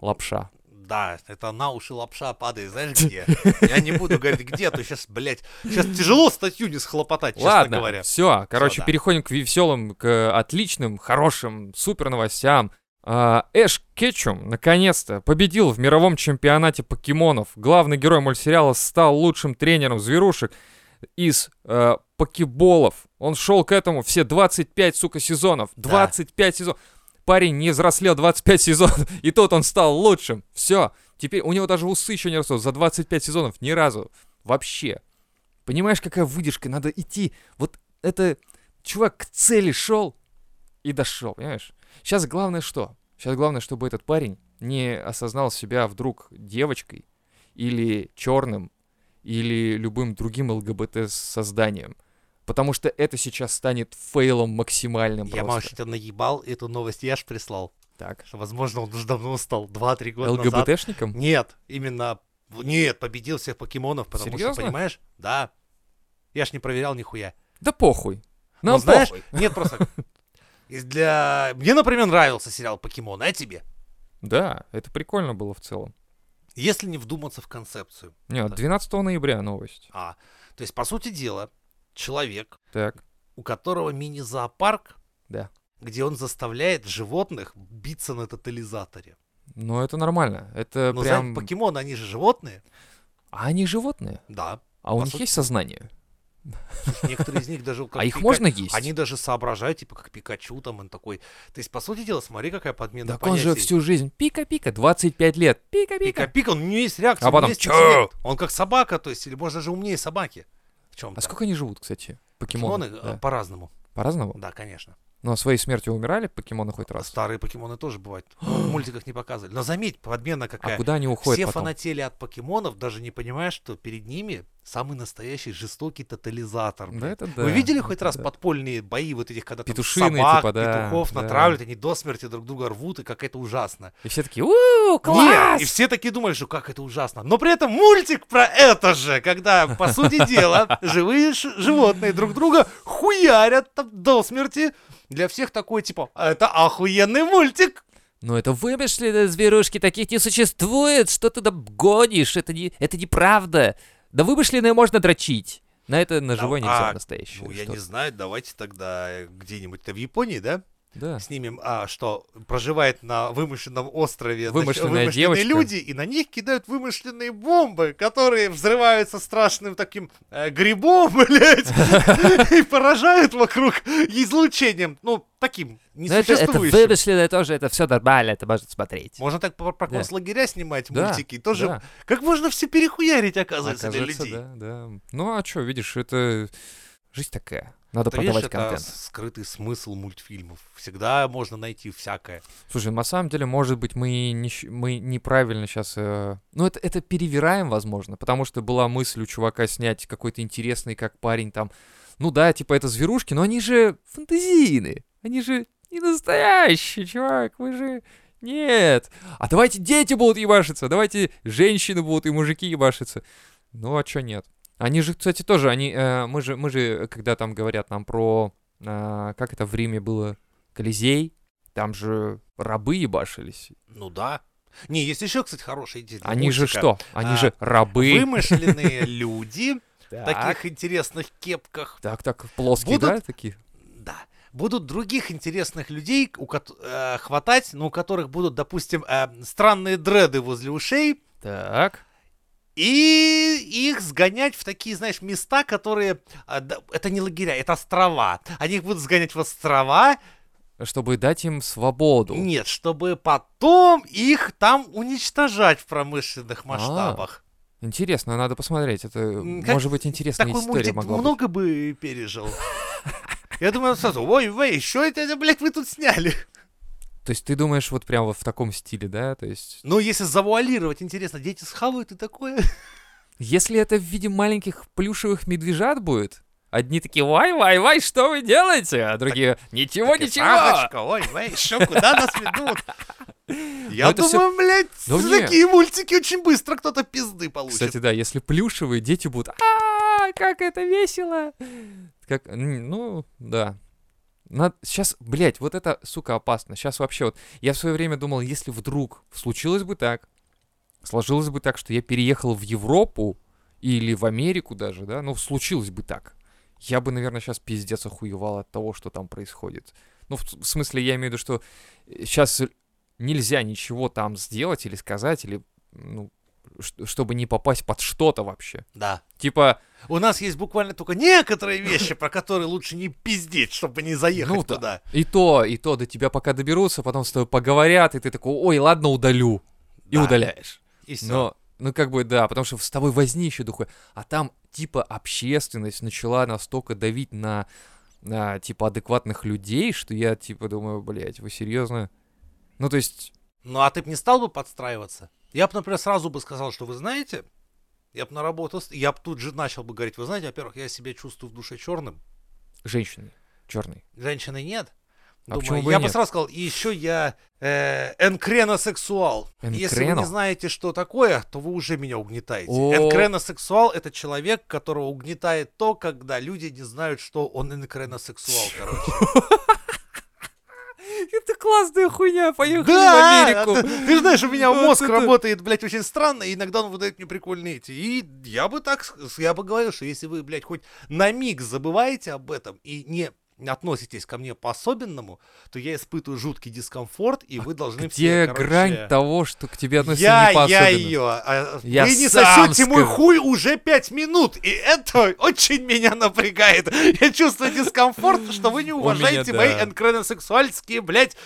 [SPEAKER 2] лапша.
[SPEAKER 1] Да, это на уши лапша падает, знаешь где? Я не буду говорить, где, а то сейчас, блядь, сейчас тяжело статью не схлопотать, честно
[SPEAKER 2] Ладно,
[SPEAKER 1] говоря.
[SPEAKER 2] все, короче,
[SPEAKER 1] да.
[SPEAKER 2] переходим к веселым, к э, отличным, хорошим, супер новостям. А, Эш Кетчум наконец-то победил в мировом чемпионате покемонов. Главный герой мультсериала стал лучшим тренером зверушек из э, покеболов. Он шел к этому все 25, сука, сезонов.
[SPEAKER 1] Да.
[SPEAKER 2] 25 сезонов. Парень не взрослел 25 сезонов, и тут он стал лучшим. Все. Теперь у него даже усы еще не растут. За 25 сезонов ни разу. Вообще. Понимаешь, какая выдержка? Надо идти. Вот это... Чувак к цели шел и дошел, понимаешь? Сейчас главное что? Сейчас главное, чтобы этот парень не осознал себя вдруг девочкой или черным, или любым другим ЛГБТ-созданием. Потому что это сейчас станет фейлом максимальным
[SPEAKER 1] Я,
[SPEAKER 2] просто.
[SPEAKER 1] может, тебя наебал, эту новость я ж прислал.
[SPEAKER 2] Так.
[SPEAKER 1] Возможно, он уже давно устал, 2-3 года назад.
[SPEAKER 2] ЛГБТшником?
[SPEAKER 1] Нет, именно... Нет, победил всех покемонов, потому что,
[SPEAKER 2] Серьезно?
[SPEAKER 1] понимаешь? Да. Я ж не проверял нихуя.
[SPEAKER 2] Да похуй.
[SPEAKER 1] Ну,
[SPEAKER 2] Нам
[SPEAKER 1] знаешь,
[SPEAKER 2] похуй.
[SPEAKER 1] нет, просто... из- Для... Мне, например, нравился сериал «Покемон», а тебе?
[SPEAKER 2] Да, это прикольно было в целом.
[SPEAKER 1] Если не вдуматься в концепцию.
[SPEAKER 2] Нет, 12 ноября новость.
[SPEAKER 1] А, то есть, по сути дела, человек,
[SPEAKER 2] Так.
[SPEAKER 1] у которого мини-зоопарк,
[SPEAKER 2] Да.
[SPEAKER 1] где он заставляет животных биться на тотализаторе.
[SPEAKER 2] Ну, это нормально. Это
[SPEAKER 1] Но
[SPEAKER 2] прям...
[SPEAKER 1] знаете, покемоны, они же животные.
[SPEAKER 2] А они животные.
[SPEAKER 1] Да.
[SPEAKER 2] А у
[SPEAKER 1] По
[SPEAKER 2] них
[SPEAKER 1] сути-
[SPEAKER 2] есть сознание?
[SPEAKER 1] Некоторые из них даже... как
[SPEAKER 2] а их
[SPEAKER 1] Пика-
[SPEAKER 2] можно есть?
[SPEAKER 1] Они даже соображают, типа, как Пикачу там, он такой... То есть, по сути дела, смотри, какая подмена
[SPEAKER 2] Так он же
[SPEAKER 1] понятий.
[SPEAKER 2] всю жизнь пика-пика, 25 лет, пика-пика.
[SPEAKER 1] Пика-пика, у него есть реакция, у
[SPEAKER 2] А
[SPEAKER 1] него
[SPEAKER 2] потом
[SPEAKER 1] есть
[SPEAKER 2] «Чё?»
[SPEAKER 1] интеллект. Он как собака, то есть, или можно же умнее собаки. В чем
[SPEAKER 2] А сколько они живут, кстати? Покемоны?
[SPEAKER 1] покемоны э,
[SPEAKER 2] да.
[SPEAKER 1] по-разному.
[SPEAKER 2] По-разному?
[SPEAKER 1] Да, конечно.
[SPEAKER 2] Но своей смертью умирали покемоны хоть раз?
[SPEAKER 1] Старые покемоны тоже бывают. В мультиках не показывали. Но заметь, подмена какая.
[SPEAKER 2] А куда они уходят
[SPEAKER 1] Все
[SPEAKER 2] потом?
[SPEAKER 1] фанатели от покемонов, даже не понимая, что перед ними самый настоящий жестокий тотализатор.
[SPEAKER 2] Да
[SPEAKER 1] блин.
[SPEAKER 2] это да.
[SPEAKER 1] Вы видели хоть
[SPEAKER 2] это
[SPEAKER 1] раз
[SPEAKER 2] да.
[SPEAKER 1] подпольные бои вот этих, когда там
[SPEAKER 2] Петушиные,
[SPEAKER 1] собак,
[SPEAKER 2] типа, да,
[SPEAKER 1] петухов
[SPEAKER 2] да.
[SPEAKER 1] натравливают, они до смерти друг друга рвут, и как это ужасно.
[SPEAKER 2] И все такие, ууу,
[SPEAKER 1] Нет,
[SPEAKER 2] класс!
[SPEAKER 1] и все такие думали, что как это ужасно. Но при этом мультик про это же, когда, по сути дела, живые ш- животные друг друга хуярят там до смерти. Для всех такой, типа, это охуенный мультик.
[SPEAKER 2] Но это вымышленные зверушки, таких не существует, что ты там гонишь, это, не, это неправда. Да вымышленные можно дрочить. На это на живое нельзя
[SPEAKER 1] а,
[SPEAKER 2] настоящее.
[SPEAKER 1] Ну, я
[SPEAKER 2] что-то.
[SPEAKER 1] не знаю, давайте тогда э, где-нибудь-то в Японии, да,
[SPEAKER 2] Да.
[SPEAKER 1] снимем, а, что проживает на вымышленном острове значит,
[SPEAKER 2] Вымышленная
[SPEAKER 1] вымышленные
[SPEAKER 2] девочка.
[SPEAKER 1] люди, и на них кидают вымышленные бомбы, которые взрываются страшным таким э, грибом, блядь, и поражают вокруг излучением, ну, таким,
[SPEAKER 2] Но это, это
[SPEAKER 1] несуществующим.
[SPEAKER 2] вымышленное тоже, это все нормально, это можно смотреть.
[SPEAKER 1] Можно так про про концлагеря снимать
[SPEAKER 2] Да,
[SPEAKER 1] мультики, тоже,
[SPEAKER 2] да.
[SPEAKER 1] как можно все перехуярить, оказывается, для
[SPEAKER 2] Оказывается,
[SPEAKER 1] людей.
[SPEAKER 2] да, да. Ну а что, видишь, это жизнь такая. Надо
[SPEAKER 1] Ты видишь,
[SPEAKER 2] продавать
[SPEAKER 1] это
[SPEAKER 2] контент.
[SPEAKER 1] скрытый смысл мультфильмов. Всегда можно найти всякое.
[SPEAKER 2] Слушай, на самом деле, может быть, мы, не щ- мы неправильно сейчас... Ну, это, это перевираем, возможно, потому что была мысль у чувака снять какой-то интересный, как парень там... Ну да, типа это зверушки, но они же фантазийные, они же не настоящие, чувак, вы же... Нет. А давайте дети будут ебашиться, давайте женщины будут и мужики ебашиться. Ну, а чё нет? Они же, кстати, тоже, они... э, мы, же, мы же, когда там говорят нам про... э, как это в Риме было? Колизей, там же рабы ебашились.
[SPEAKER 1] Ну да. Не, есть еще, кстати, хорошая идея. для
[SPEAKER 2] Они же
[SPEAKER 1] мультика.
[SPEAKER 2] что? Они
[SPEAKER 1] А,
[SPEAKER 2] же рабы.
[SPEAKER 1] Вымышленные люди в
[SPEAKER 2] так,
[SPEAKER 1] таких интересных кепках.
[SPEAKER 2] так, так, плоские,
[SPEAKER 1] будут-
[SPEAKER 2] да, такие?
[SPEAKER 1] Да. Будут других интересных людей у кот- э, хватать, но у которых будут, допустим, э, странные дреды возле ушей,
[SPEAKER 2] Так.
[SPEAKER 1] и их сгонять в такие, знаешь, места, которые... а, да, это не лагеря, это острова. Они их будут сгонять в острова,
[SPEAKER 2] Чтобы дать им свободу.
[SPEAKER 1] нет, чтобы потом их там уничтожать в
[SPEAKER 2] А.
[SPEAKER 1] промышленных масштабах.
[SPEAKER 2] Интересно, надо посмотреть. Это
[SPEAKER 1] М, как
[SPEAKER 2] может быть интересная
[SPEAKER 1] Такой
[SPEAKER 2] история
[SPEAKER 1] мультик
[SPEAKER 2] могла
[SPEAKER 1] много бы пережил. Я думаю, сразу, ой, вы, что это, блядь, вы тут сняли?
[SPEAKER 2] быть. То есть ты думаешь вот прям вот в таком стиле, да? То есть
[SPEAKER 1] Ну, если завуалировать, интересно, дети схавают и такое.
[SPEAKER 2] если это в виде маленьких плюшевых медвежат будет, одни такие «Вай, вай, вай, что вы делаете?» А другие «Ничего,
[SPEAKER 1] Такие,
[SPEAKER 2] ничего!»
[SPEAKER 1] «Сахарочка, ой, вы, еще куда нас ведут? Я
[SPEAKER 2] Но это всё-
[SPEAKER 1] думаю, блядь,
[SPEAKER 2] Да
[SPEAKER 1] за
[SPEAKER 2] не.
[SPEAKER 1] такие мультики очень быстро кто-то пизды получит.
[SPEAKER 2] Кстати, да, если плюшевые, дети будут «А, как это весело!» Как, м, ну, да. сейчас, блядь, вот это, сука, опасно. Сейчас вообще вот... Я в свое время думал, если вдруг случилось бы так, сложилось бы так, что я переехал в Европу или в Америку даже, да, ну, случилось бы так. Я бы, наверное, сейчас пиздец охуевал от того, что там происходит. Ну, в, с- в смысле, я имею в виду, что сейчас нельзя ничего там сделать или сказать, или, ну, ш- чтобы не попасть под что-то вообще.
[SPEAKER 1] Да.
[SPEAKER 2] Типа,
[SPEAKER 1] У нас есть буквально только некоторые вещи, про которые лучше не пиздеть, чтобы не заехать
[SPEAKER 2] Ну да.
[SPEAKER 1] туда.
[SPEAKER 2] и то, и то, до тебя пока доберутся, потом с тобой поговорят, и ты такой, ой, ладно, удалю. И
[SPEAKER 1] Да.
[SPEAKER 2] удаляешь.
[SPEAKER 1] И все.
[SPEAKER 2] Но, ну как бы да, потому что с тобой возни еще духой. А там типа общественность начала настолько давить на, на, типа адекватных людей, что я типа думаю, блядь, вы серьезно? Ну то есть,
[SPEAKER 1] Ну а ты бы не стал бы подстраиваться? Я бы, например, сразу бы сказал, что вы знаете, я бы наработал, ст- я бы тут же начал бы говорить, вы знаете, во-первых, я себя чувствую в душе черным,
[SPEAKER 2] Женщины. Черный.
[SPEAKER 1] женщины нет.
[SPEAKER 2] А почему бы и
[SPEAKER 1] я бы
[SPEAKER 2] нет?
[SPEAKER 1] сразу сказал, и еще я э, энкреносексуал. Если вы
[SPEAKER 2] Энкрено?
[SPEAKER 1] не знаете, что такое, то вы уже меня угнетаете.
[SPEAKER 2] О.
[SPEAKER 1] Энкреносексуал это человек, которого угнетает то, когда люди не знают, что он энкреносексуал, короче.
[SPEAKER 2] Это классная хуйня, поехали
[SPEAKER 1] Да! Ты ты знаешь, у меня
[SPEAKER 2] Вот
[SPEAKER 1] мозг
[SPEAKER 2] это-
[SPEAKER 1] работает, блядь, очень странно, и иногда он выдает мне прикольные эти. И я бы так, с- я бы говорил, что если вы, блядь, хоть на миг забываете об этом и не относитесь ко мне по-особенному, то я испытываю жуткий дискомфорт, и вы должны
[SPEAKER 2] Где
[SPEAKER 1] все, короче,
[SPEAKER 2] грань того, что к тебе относятся
[SPEAKER 1] я,
[SPEAKER 2] не по
[SPEAKER 1] я ее. а,
[SPEAKER 2] Я
[SPEAKER 1] Вы не
[SPEAKER 2] сам
[SPEAKER 1] сосете мой
[SPEAKER 2] сказал.
[SPEAKER 1] хуй уже пять минут, и это очень меня напрягает. Я чувствую дискомфорт, что вы не уважаете
[SPEAKER 2] да.
[SPEAKER 1] мои энкреносексуальские, блядь,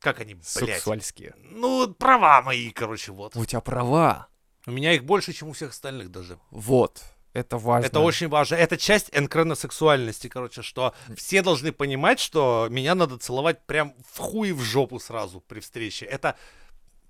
[SPEAKER 1] как они, блядь,
[SPEAKER 2] Сексуальские.
[SPEAKER 1] ну, права мои, короче, вот.
[SPEAKER 2] У тебя права.
[SPEAKER 1] У меня их больше, чем у всех остальных даже.
[SPEAKER 2] Вот. Это важно.
[SPEAKER 1] Это очень важно. Это часть энкроносексуальности, короче, что все должны понимать, что меня надо целовать прям в хуй и в жопу сразу при встрече. Это,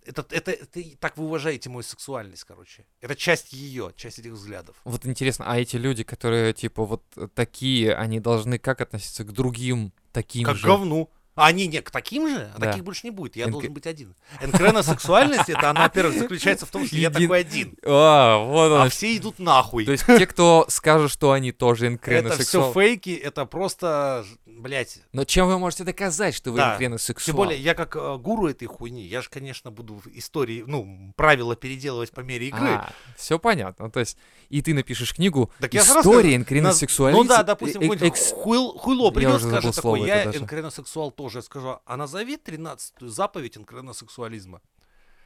[SPEAKER 1] это, это, это и- так вы уважаете мою сексуальность, короче. Это часть ее, часть этих взглядов.
[SPEAKER 2] Вот интересно, а эти люди, которые типа вот такие, они должны как относиться к другим таким
[SPEAKER 1] как
[SPEAKER 2] же?
[SPEAKER 1] говну. А они не к таким же, а
[SPEAKER 2] Да.
[SPEAKER 1] таких больше не будет. Я
[SPEAKER 2] Энк-
[SPEAKER 1] должен быть один. Энкроносексуальность, это она, во-первых, заключается в том, что я
[SPEAKER 2] Един-
[SPEAKER 1] такой один.
[SPEAKER 2] А, вот
[SPEAKER 1] А
[SPEAKER 2] оно.
[SPEAKER 1] все идут нахуй.
[SPEAKER 2] То есть те, кто скажут, что они тоже
[SPEAKER 1] Это все
[SPEAKER 2] инкреносексуалы.
[SPEAKER 1] фейки, это просто, ж- блядь.
[SPEAKER 2] Но чем вы можете доказать, что вы
[SPEAKER 1] Да.
[SPEAKER 2] инкреносексуал?
[SPEAKER 1] Тем более, я как э, гуру этой хуйни, я же, конечно, буду в истории, ну, правила переделывать по мере игры.
[SPEAKER 2] А, все понятно. То есть, и ты напишешь книгу
[SPEAKER 1] Так я сразу скажу,
[SPEAKER 2] «История
[SPEAKER 1] Наз-
[SPEAKER 2] инкреносексуализма».
[SPEAKER 1] Ну да, допустим,
[SPEAKER 2] э- э-
[SPEAKER 1] какой-нибудь
[SPEAKER 2] экс-
[SPEAKER 1] хуйл- хуйло
[SPEAKER 2] Я
[SPEAKER 1] принес,
[SPEAKER 2] уже забыл
[SPEAKER 1] скажет такой,
[SPEAKER 2] слово это
[SPEAKER 1] я
[SPEAKER 2] даже.
[SPEAKER 1] энкреносексуал тоже. Я скажу, а назови 13-ю заповедь энкреносексуализма.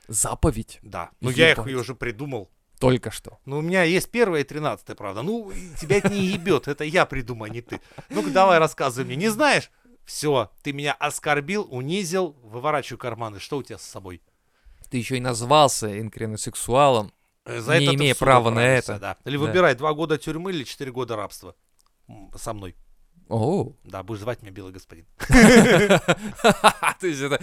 [SPEAKER 2] Заповедь
[SPEAKER 1] Да. Ну я их
[SPEAKER 2] Ебать.
[SPEAKER 1] ее уже придумал.
[SPEAKER 2] только что.
[SPEAKER 1] Ну у меня есть первая и тринадцатая, правда. Ну и тебя это не ебет, это я придумал, а не ты. Ну-ка давай рассказывай мне. Не знаешь? Все, ты меня оскорбил, унизил, выворачиваю карманы. Что у тебя с собой?
[SPEAKER 2] Ты еще и назвался инкреносексуалом.
[SPEAKER 1] Э,
[SPEAKER 2] не
[SPEAKER 1] это ты
[SPEAKER 2] имея
[SPEAKER 1] в суд
[SPEAKER 2] права на
[SPEAKER 1] отправишься,
[SPEAKER 2] это.
[SPEAKER 1] да. Или
[SPEAKER 2] Да.
[SPEAKER 1] выбирай два года тюрьмы или четыре года рабства. М, Со мной.
[SPEAKER 2] О,
[SPEAKER 1] Да, будешь звать меня белый господин.
[SPEAKER 2] то есть это,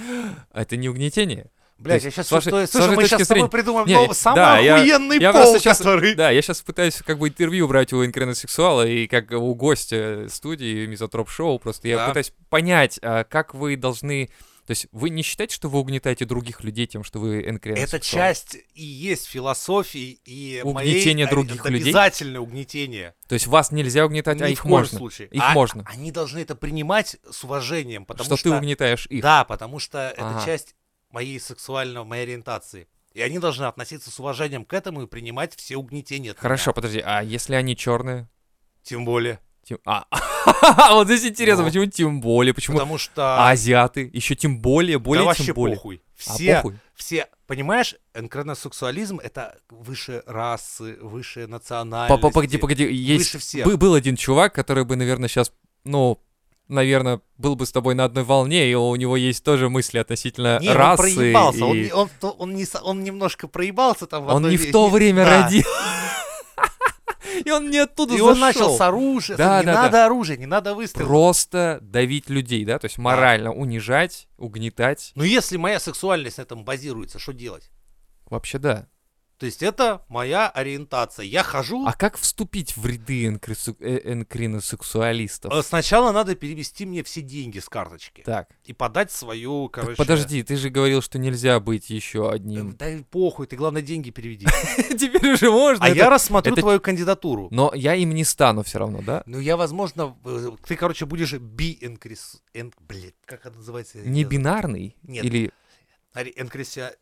[SPEAKER 2] это не угнетение.
[SPEAKER 1] Блять,
[SPEAKER 2] есть,
[SPEAKER 1] я сейчас
[SPEAKER 2] с вашей-
[SPEAKER 1] чувствую...
[SPEAKER 2] с
[SPEAKER 1] Слушай, мы
[SPEAKER 2] вашей
[SPEAKER 1] сейчас
[SPEAKER 2] точки
[SPEAKER 1] с тобой
[SPEAKER 2] зрения-
[SPEAKER 1] придумаем
[SPEAKER 2] Не,
[SPEAKER 1] новый-
[SPEAKER 2] да,
[SPEAKER 1] самый
[SPEAKER 2] я-
[SPEAKER 1] охуенный
[SPEAKER 2] я
[SPEAKER 1] Ну пол,
[SPEAKER 2] просто щас-
[SPEAKER 1] который...
[SPEAKER 2] Да, я сейчас пытаюсь как бы интервью брать у инкреносексуала и как у гостя студии Мизотроп Шоу. Просто я
[SPEAKER 1] Да.
[SPEAKER 2] пытаюсь понять, а, как вы должны... То есть вы не считаете, что вы угнетаете других людей тем, что вы
[SPEAKER 1] Это
[SPEAKER 2] инкреносексуал?
[SPEAKER 1] часть и есть философии и моей-
[SPEAKER 2] Угнетение
[SPEAKER 1] а,
[SPEAKER 2] других
[SPEAKER 1] это
[SPEAKER 2] людей?
[SPEAKER 1] Обязательное угнетение.
[SPEAKER 2] То есть вас нельзя угнетать, а
[SPEAKER 1] Ни в
[SPEAKER 2] их
[SPEAKER 1] коем
[SPEAKER 2] можно.
[SPEAKER 1] случае.
[SPEAKER 2] Их
[SPEAKER 1] А
[SPEAKER 2] можно.
[SPEAKER 1] Они должны это принимать с уважением, потому
[SPEAKER 2] что,
[SPEAKER 1] что...
[SPEAKER 2] ты угнетаешь их.
[SPEAKER 1] Да, потому что это
[SPEAKER 2] Ага.
[SPEAKER 1] часть моей сексуальной, моей ориентации. И они должны относиться с уважением к этому и принимать все угнетения. от меня.
[SPEAKER 2] Хорошо, подожди, а если они черные?
[SPEAKER 1] Тем более.
[SPEAKER 2] А, вот здесь интересно,
[SPEAKER 1] Ну.
[SPEAKER 2] почему тем более, почему
[SPEAKER 1] Потому что
[SPEAKER 2] а азиаты, еще тем более, более
[SPEAKER 1] да
[SPEAKER 2] тем
[SPEAKER 1] вообще
[SPEAKER 2] более.
[SPEAKER 1] похуй.
[SPEAKER 2] А,
[SPEAKER 1] Все,
[SPEAKER 2] похуй.
[SPEAKER 1] все, понимаешь, энкроносексуализм это выше расы, выше
[SPEAKER 2] По-
[SPEAKER 1] национальности.
[SPEAKER 2] по- Погоди, погоди, есть
[SPEAKER 1] Выше всех.
[SPEAKER 2] бы- был один чувак, который бы, наверное, сейчас, ну, наверное, был бы с тобой на одной волне, и у него есть тоже мысли относительно
[SPEAKER 1] Не,
[SPEAKER 2] расы.
[SPEAKER 1] он проебался, он,
[SPEAKER 2] и-
[SPEAKER 1] не- он, то- он не, со- он немножко проебался там. в
[SPEAKER 2] Он
[SPEAKER 1] одной
[SPEAKER 2] не в
[SPEAKER 1] ве-
[SPEAKER 2] то время
[SPEAKER 1] да.
[SPEAKER 2] родил. И он не оттуда
[SPEAKER 1] И он
[SPEAKER 2] зашел.
[SPEAKER 1] начал с оружия.
[SPEAKER 2] Да,
[SPEAKER 1] не
[SPEAKER 2] да, да.
[SPEAKER 1] надо оружия, не надо выстрелов.
[SPEAKER 2] Просто давить людей, да? То есть морально унижать, угнетать.
[SPEAKER 1] Но если моя сексуальность на этом базируется, что делать?
[SPEAKER 2] Вообще да.
[SPEAKER 1] То есть это моя ориентация. Я хожу.
[SPEAKER 2] А как вступить в ряды энкрису- э, энкриносексуалистов?
[SPEAKER 1] э, Сначала надо перевести мне все деньги с карточки
[SPEAKER 2] Так,
[SPEAKER 1] и подать свою,
[SPEAKER 2] так
[SPEAKER 1] короче.
[SPEAKER 2] подожди, ты же говорил, что нельзя быть еще
[SPEAKER 1] э,
[SPEAKER 2] одним.
[SPEAKER 1] Да и похуй, ты главное деньги переведи.
[SPEAKER 2] Теперь уже можно.
[SPEAKER 1] А
[SPEAKER 2] это-
[SPEAKER 1] я рассмотрю
[SPEAKER 2] это-
[SPEAKER 1] твою кандидатуру.
[SPEAKER 2] Но я им не стану все равно, да?
[SPEAKER 1] Ну, я, возможно, э, ты, короче, будешь би энкрис... эн- Блин, как это называется?
[SPEAKER 2] Не
[SPEAKER 1] Я-
[SPEAKER 2] бинарный?
[SPEAKER 1] Нет.
[SPEAKER 2] Или...
[SPEAKER 1] Ари- Энкрися...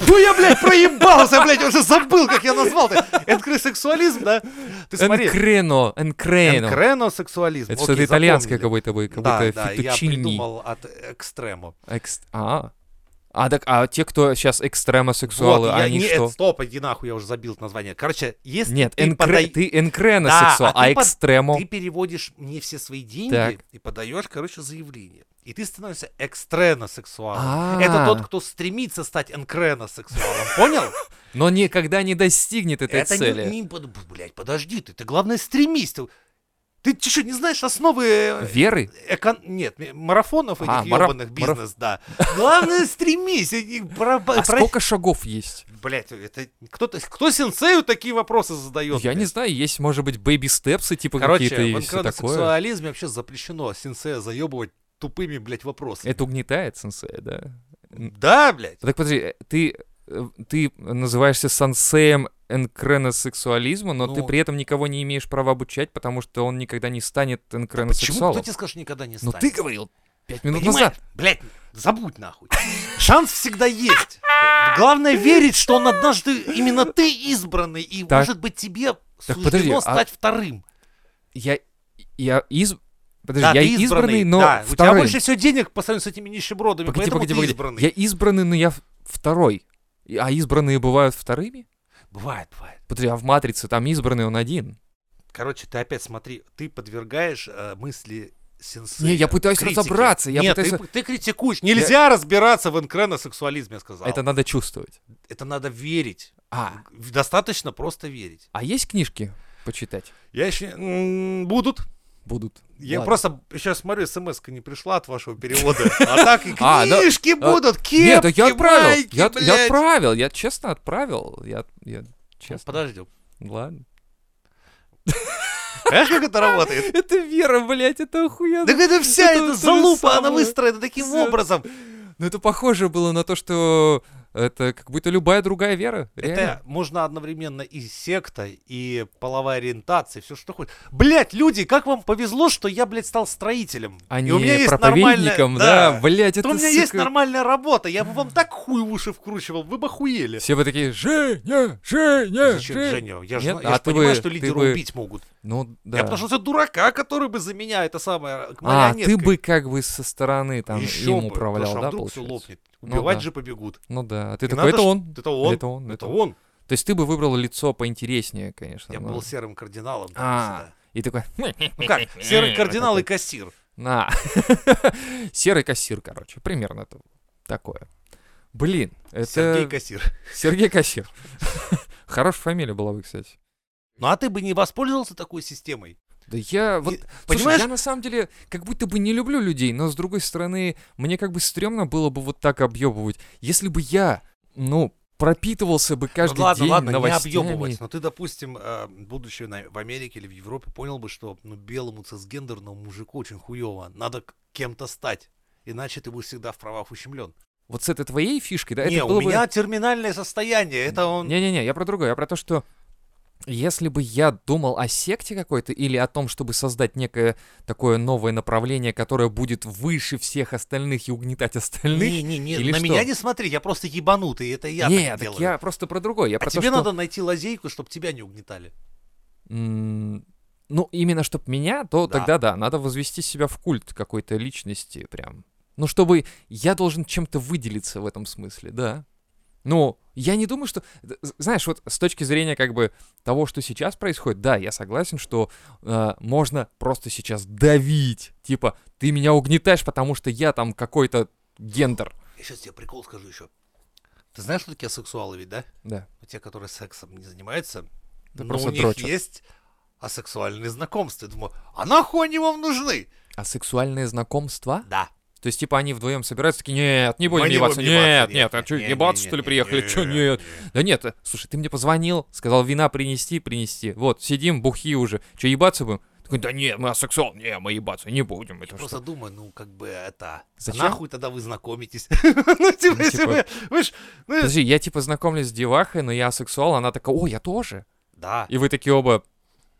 [SPEAKER 1] Фу, я, блядь, проебался, блядь, уже забыл, как я назвал это. Энкрисексуализм, да? Ты смотри.
[SPEAKER 2] Энкрено, энкрено.
[SPEAKER 1] Энкреносексуализм.
[SPEAKER 2] Это
[SPEAKER 1] Окей,
[SPEAKER 2] что-то итальянское
[SPEAKER 1] запомнили.
[SPEAKER 2] какое-то бы, как
[SPEAKER 1] Да,
[SPEAKER 2] будто
[SPEAKER 1] да, я
[SPEAKER 2] фетучини.
[SPEAKER 1] придумал от экстремо.
[SPEAKER 2] Экс- А. А, так, а те, кто сейчас экстремосексуалы,
[SPEAKER 1] Вот, я-
[SPEAKER 2] они
[SPEAKER 1] не,
[SPEAKER 2] что?
[SPEAKER 1] э, Стоп, иди нахуй, я уже забил это название. Короче, если
[SPEAKER 2] Нет,
[SPEAKER 1] ты
[SPEAKER 2] энкре-
[SPEAKER 1] подай-
[SPEAKER 2] ты энкреносексуал,
[SPEAKER 1] Да, а
[SPEAKER 2] а
[SPEAKER 1] ты под-
[SPEAKER 2] экстремо...
[SPEAKER 1] Ты переводишь мне все свои деньги
[SPEAKER 2] Так.
[SPEAKER 1] и подаешь, короче, заявление. И ты становишься экстреносексуалом.
[SPEAKER 2] А.
[SPEAKER 1] Это тот, кто стремится стать энкреносексуалом, понял?
[SPEAKER 2] Но никогда не достигнет этой
[SPEAKER 1] Это
[SPEAKER 2] цели.
[SPEAKER 1] не... Блять, подожди ты, ты главное стремись. ты- Ты че, что, не знаешь основы э,
[SPEAKER 2] Веры?
[SPEAKER 1] Эко- Нет, м- марафонов этих
[SPEAKER 2] А, мара-
[SPEAKER 1] ёбаных бизнес, да. Главное, стремись. и не про-
[SPEAKER 2] А
[SPEAKER 1] про-
[SPEAKER 2] сколько шагов есть?
[SPEAKER 1] Блядь, это кто-то, кто сенсею такие вопросы задает?
[SPEAKER 2] Я не знаю, есть, может быть, бэби-степсы, типа
[SPEAKER 1] Короче,
[SPEAKER 2] какие-то и
[SPEAKER 1] в
[SPEAKER 2] все такое.
[SPEAKER 1] инквизиционализме вообще запрещено сенсея заебывать тупыми, блядь, вопросами.
[SPEAKER 2] Это угнетает сенсея, да?
[SPEAKER 1] Да, блядь.
[SPEAKER 2] Так подожди, э, ты, э, ты называешься сенсеем энкреносексуализма, но ты
[SPEAKER 1] Ну.
[SPEAKER 2] при этом никого не имеешь права обучать, потому что он никогда не станет
[SPEAKER 1] Почему? Кто
[SPEAKER 2] энкреносексуалом.
[SPEAKER 1] тебе скажет, что никогда не
[SPEAKER 2] Но
[SPEAKER 1] станет?
[SPEAKER 2] Ну, ты говорил пять минут
[SPEAKER 1] Понимаешь?
[SPEAKER 2] назад.
[SPEAKER 1] Блядь, забудь нахуй. Шанс всегда есть. Главное верить, что он однажды именно ты избранный, и
[SPEAKER 2] Так.
[SPEAKER 1] может быть тебе
[SPEAKER 2] Так,
[SPEAKER 1] суждено
[SPEAKER 2] подожди, а-
[SPEAKER 1] стать вторым.
[SPEAKER 2] Я, я из... Подожди,
[SPEAKER 1] Да,
[SPEAKER 2] я
[SPEAKER 1] ты
[SPEAKER 2] избранный, но
[SPEAKER 1] да, у тебя
[SPEAKER 2] вторым.
[SPEAKER 1] больше всего денег по сравнению с этими нищебродами,
[SPEAKER 2] Погоди,
[SPEAKER 1] поэтому
[SPEAKER 2] погоди,
[SPEAKER 1] ты
[SPEAKER 2] погоди.
[SPEAKER 1] избранный.
[SPEAKER 2] Я избранный, но я в- второй. И- А избранные бывают вторыми?
[SPEAKER 1] Бывает, бывает.
[SPEAKER 2] Подожди, а в «Матрице» там избранный он один.
[SPEAKER 1] Короче, ты опять смотри, ты подвергаешь э, мысли сенсея.
[SPEAKER 2] Не, я пытаюсь
[SPEAKER 1] критике.
[SPEAKER 2] разобраться, я
[SPEAKER 1] Нет,
[SPEAKER 2] пытаюсь-
[SPEAKER 1] ты, ты критикуешь. Нельзя разбираться в инкреносексуализме, я сказал.
[SPEAKER 2] Это
[SPEAKER 1] Это...
[SPEAKER 2] надо чувствовать.
[SPEAKER 1] это надо верить.
[SPEAKER 2] А,
[SPEAKER 1] Достаточно просто верить.
[SPEAKER 2] а есть книжки почитать?
[SPEAKER 1] Я еще... Будут.
[SPEAKER 2] Будут.
[SPEAKER 1] Я
[SPEAKER 2] Ладно.
[SPEAKER 1] просто сейчас смотрю, смс не пришла от вашего перевода. А так и
[SPEAKER 2] А, да.
[SPEAKER 1] книжки
[SPEAKER 2] А,
[SPEAKER 1] будут,
[SPEAKER 2] Нет,
[SPEAKER 1] кепки,
[SPEAKER 2] так я отправил.
[SPEAKER 1] майки,
[SPEAKER 2] я, я
[SPEAKER 1] блядь.
[SPEAKER 2] отправил, я честно отправил. Я, я
[SPEAKER 1] Ну,
[SPEAKER 2] честно.
[SPEAKER 1] Подожди.
[SPEAKER 2] Ладно.
[SPEAKER 1] Знаешь, как это работает?
[SPEAKER 2] Это вера, блядь, это охуенно.
[SPEAKER 1] Так это вся
[SPEAKER 2] Это то
[SPEAKER 1] эта
[SPEAKER 2] же
[SPEAKER 1] залупа, она
[SPEAKER 2] самое.
[SPEAKER 1] выстроена таким
[SPEAKER 2] Всё.
[SPEAKER 1] образом.
[SPEAKER 2] Ну это похоже было на то, что это как будто любая другая вера.
[SPEAKER 1] Это
[SPEAKER 2] реально.
[SPEAKER 1] можно одновременно и секта, и половая ориентация, все что хочешь. Блять, люди, как вам повезло, что я, блядь, стал строителем.
[SPEAKER 2] А
[SPEAKER 1] И
[SPEAKER 2] не
[SPEAKER 1] у меня есть
[SPEAKER 2] проповедником,
[SPEAKER 1] нормальная-
[SPEAKER 2] да, блядь, это
[SPEAKER 1] То у меня есть
[SPEAKER 2] сука.
[SPEAKER 1] нормальная работа, я бы вам так хуй в уши вкручивал, вы бы охуели.
[SPEAKER 2] Все бы такие, Женя, Женя,
[SPEAKER 1] Зачем,
[SPEAKER 2] Жень».
[SPEAKER 1] Женя? Я же
[SPEAKER 2] Э, Нет,
[SPEAKER 1] я
[SPEAKER 2] а
[SPEAKER 1] ж
[SPEAKER 2] ты
[SPEAKER 1] понимаю,
[SPEAKER 2] бы-
[SPEAKER 1] что
[SPEAKER 2] ты
[SPEAKER 1] лидеры
[SPEAKER 2] бы-
[SPEAKER 1] убить могут.
[SPEAKER 2] Ну да.
[SPEAKER 1] Я потому что дурака, который бы за меня это самое э, к
[SPEAKER 2] а, ты
[SPEAKER 1] марионеткой.
[SPEAKER 2] бы как бы со стороны там
[SPEAKER 1] Еще
[SPEAKER 2] им
[SPEAKER 1] бы,
[SPEAKER 2] управлял,
[SPEAKER 1] потому что
[SPEAKER 2] да,
[SPEAKER 1] вдруг все
[SPEAKER 2] получается?
[SPEAKER 1] лопнет.
[SPEAKER 2] Ну
[SPEAKER 1] Убивать
[SPEAKER 2] да.
[SPEAKER 1] же побегут.
[SPEAKER 2] Ну да, а ты
[SPEAKER 1] И
[SPEAKER 2] такой,
[SPEAKER 1] надо
[SPEAKER 2] это
[SPEAKER 1] ж-
[SPEAKER 2] он.
[SPEAKER 1] Это он.
[SPEAKER 2] Это он,
[SPEAKER 1] Это
[SPEAKER 2] это
[SPEAKER 1] он.
[SPEAKER 2] То есть ты бы выбрал лицо поинтереснее, конечно.
[SPEAKER 1] Я
[SPEAKER 2] но-
[SPEAKER 1] был серым кардиналом. там
[SPEAKER 2] А,
[SPEAKER 1] всегда.
[SPEAKER 2] и такой,
[SPEAKER 1] Ну как, серый кардинал и кассир.
[SPEAKER 2] на. Серый кассир, короче, примерно это такое. Блин, это...
[SPEAKER 1] Сергей Кассир.
[SPEAKER 2] Сергей Кассир. Хорошая фамилия была бы, кстати.
[SPEAKER 1] Ну а ты бы не воспользовался такой системой?
[SPEAKER 2] Да я вот...
[SPEAKER 1] И-
[SPEAKER 2] слушай,
[SPEAKER 1] понимаешь?
[SPEAKER 2] я на самом деле как будто бы не люблю людей, но с другой стороны, мне как бы стрёмно было бы вот так объебывать. Если бы я, ну, пропитывался бы каждый
[SPEAKER 1] ну, ладно,
[SPEAKER 2] день
[SPEAKER 1] ладно,
[SPEAKER 2] новостями...
[SPEAKER 1] не объебывать. Но ты, допустим, э, будучи на- в Америке или в Европе, понял бы, что ну, белому цисгендерному мужику очень хуево. Надо к- кем-то стать. Иначе ты будешь всегда в правах ущемлен.
[SPEAKER 2] Вот с этой твоей фишкой, да?
[SPEAKER 1] не,
[SPEAKER 2] это было
[SPEAKER 1] у
[SPEAKER 2] бы...
[SPEAKER 1] меня терминальное состояние. Это он...
[SPEAKER 2] Не-не-не, я про другое, я про то, что если бы я думал о секте какой-то или о том, чтобы создать некое такое новое направление, которое будет выше всех остальных и угнетать остальных...
[SPEAKER 1] не, не, не,
[SPEAKER 2] или
[SPEAKER 1] на
[SPEAKER 2] что?
[SPEAKER 1] меня не смотри, я просто ебанутый, это я
[SPEAKER 2] не,
[SPEAKER 1] так
[SPEAKER 2] так
[SPEAKER 1] делаю.
[SPEAKER 2] я просто про другое. Я
[SPEAKER 1] А
[SPEAKER 2] про то,
[SPEAKER 1] тебе
[SPEAKER 2] что...
[SPEAKER 1] надо найти лазейку, чтобы тебя не угнетали.
[SPEAKER 2] М, Ну, именно чтоб меня, то
[SPEAKER 1] Да.
[SPEAKER 2] тогда да, надо возвести себя в культ какой-то личности прям. Ну, чтобы я должен чем-то выделиться в этом смысле, да. Но я не думаю, что... Д- з- Знаешь, вот с точки зрения как бы того, что сейчас происходит, да, я согласен, что э, можно просто сейчас давить. Типа, ты меня угнетаешь, потому что я там какой-то гендер.
[SPEAKER 1] Я сейчас тебе прикол скажу еще. Ты знаешь, что такие сексуалы ведь, да?
[SPEAKER 2] Да.
[SPEAKER 1] Ну, Те, которые сексом не занимаются,
[SPEAKER 2] Да
[SPEAKER 1] но
[SPEAKER 2] просто
[SPEAKER 1] у них
[SPEAKER 2] дрочат.
[SPEAKER 1] есть асексуальные знакомства. Я думаю, а нахуй они вам нужны?
[SPEAKER 2] А сексуальные знакомства?
[SPEAKER 1] Да.
[SPEAKER 2] То есть, типа, они вдвоем собираются, такие, нет, не будем
[SPEAKER 1] Мы не
[SPEAKER 2] ебаться,
[SPEAKER 1] будем ебаться,
[SPEAKER 2] нет, нет, а что,
[SPEAKER 1] не,
[SPEAKER 2] ебаться,
[SPEAKER 1] не,
[SPEAKER 2] что ли,
[SPEAKER 1] не,
[SPEAKER 2] приехали,
[SPEAKER 1] не,
[SPEAKER 2] что,
[SPEAKER 1] не,
[SPEAKER 2] нет? Да нет, э, слушай, ты мне позвонил, сказал вина принести, принести, вот, сидим, бухи уже, что, ебаться будем? Такой, да нет, мы асексуал, не, мы ебаться не будем, это
[SPEAKER 1] Просто
[SPEAKER 2] что?
[SPEAKER 1] думаю, ну, как бы это...
[SPEAKER 2] Зачем?
[SPEAKER 1] А нахуй тогда вы знакомитесь? Ну, типа,
[SPEAKER 2] Ну,
[SPEAKER 1] если
[SPEAKER 2] типа-
[SPEAKER 1] вы... вы ж- ну,
[SPEAKER 2] Подожди, я, типа, знакомлюсь с девахой, но я асексуал, она такая, о, я тоже.
[SPEAKER 1] Да.
[SPEAKER 2] И вы такие оба,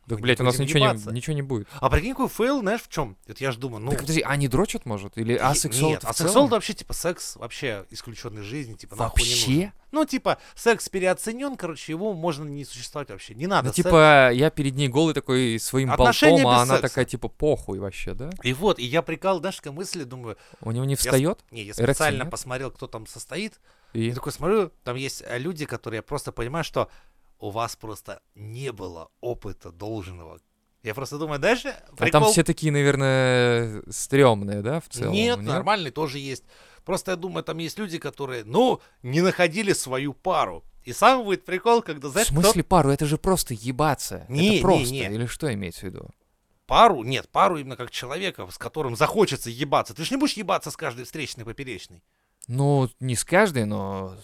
[SPEAKER 2] так,
[SPEAKER 1] Мы
[SPEAKER 2] блядь, у нас
[SPEAKER 1] будем
[SPEAKER 2] ничего не,
[SPEAKER 1] ебаться».
[SPEAKER 2] ничего не будет.
[SPEAKER 1] А прикинь, какой фейл, знаешь, в чем? Это я ж думаю, ну...
[SPEAKER 2] Так, подожди, а они дрочат, может? Или
[SPEAKER 1] е-
[SPEAKER 2] асексуал
[SPEAKER 1] Нет, асексуал это вообще, типа, секс вообще исключенной жизни, типа, нахуй не нужен.
[SPEAKER 2] Вообще?
[SPEAKER 1] Ну, типа, секс переоценен, короче, его можно не существовать вообще. Не надо
[SPEAKER 2] Ну,
[SPEAKER 1] секс.
[SPEAKER 2] типа, я перед ней голый такой своим
[SPEAKER 1] Отношения
[SPEAKER 2] болтом, а
[SPEAKER 1] без
[SPEAKER 2] она
[SPEAKER 1] секса.
[SPEAKER 2] такая, типа, похуй вообще, да?
[SPEAKER 1] И вот, и я прикал, знаешь, к мысли, думаю,
[SPEAKER 2] У него не
[SPEAKER 1] с-
[SPEAKER 2] встает?
[SPEAKER 1] не, я
[SPEAKER 2] Эрекции
[SPEAKER 1] специально
[SPEAKER 2] нет?
[SPEAKER 1] посмотрел, кто там состоит,
[SPEAKER 2] И...
[SPEAKER 1] Я такой смотрю, там есть э, люди, которые я просто понимаю, что у вас просто не было опыта должного. Я просто думаю, дальше
[SPEAKER 2] А там
[SPEAKER 1] прикол-
[SPEAKER 2] все такие, наверное, стрёмные, да, в целом?
[SPEAKER 1] нет, нормальный тоже есть. Просто я думаю, там есть люди, которые, ну, не находили свою пару. И сам будет прикол, когда,
[SPEAKER 2] В
[SPEAKER 1] знаешь, кто-
[SPEAKER 2] смысле пару? Это же просто ебаться.
[SPEAKER 1] Не, не,
[SPEAKER 2] это просто.
[SPEAKER 1] не.
[SPEAKER 2] Или что имеется в виду?
[SPEAKER 1] пару, нет, пару именно как человека, с которым захочется ебаться. Ты же не будешь ебаться с каждой встречной поперечной.
[SPEAKER 2] Ну, не с каждой, но...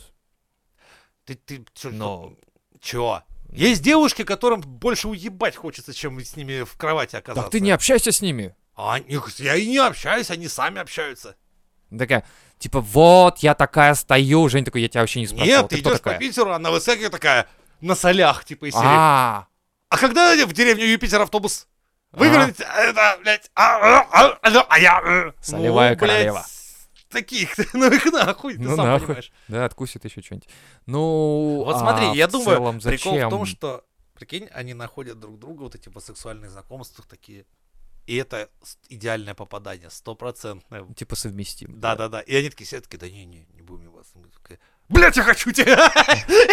[SPEAKER 1] Ты, ты, чё,
[SPEAKER 2] но...
[SPEAKER 1] чё? Есть девушки, которым больше уебать хочется, чем с ними в кровати оказаться.
[SPEAKER 2] Так ты не общайся с ними.
[SPEAKER 1] А, не- я и не общаюсь, они сами общаются.
[SPEAKER 2] Такая, типа, вот, я такая стою. Жень такой, я тебя вообще не спрашивал.
[SPEAKER 1] Нет, ты,
[SPEAKER 2] ты кто
[SPEAKER 1] идешь по
[SPEAKER 2] такая?
[SPEAKER 1] Питеру, а на высоке такая на солях, типа, из серии. А,
[SPEAKER 2] А,
[SPEAKER 1] когда в деревню Юпитер автобус?
[SPEAKER 2] А.
[SPEAKER 1] Выиграть, это, блядь, а, а, а, а, а я... э.
[SPEAKER 2] Солевая
[SPEAKER 1] блядь,
[SPEAKER 2] королева.
[SPEAKER 1] Таких, ну их нахуй, ты
[SPEAKER 2] Ну
[SPEAKER 1] сам
[SPEAKER 2] нахуй.
[SPEAKER 1] понимаешь.
[SPEAKER 2] да, откусит еще что-нибудь. Ну,
[SPEAKER 1] Вот
[SPEAKER 2] а
[SPEAKER 1] смотри, я
[SPEAKER 2] в
[SPEAKER 1] думаю,
[SPEAKER 2] целом
[SPEAKER 1] прикол в том,
[SPEAKER 2] зачем?
[SPEAKER 1] что, прикинь, они находят друг друга, вот эти вот сексуальные знакомства такие. И это с- идеальное попадание, стопроцентное.
[SPEAKER 2] Типа совместим.
[SPEAKER 1] Да-да-да. И они такие все такие, да не-не, не будем ебаться. Мы такие, Блять, я хочу тебя!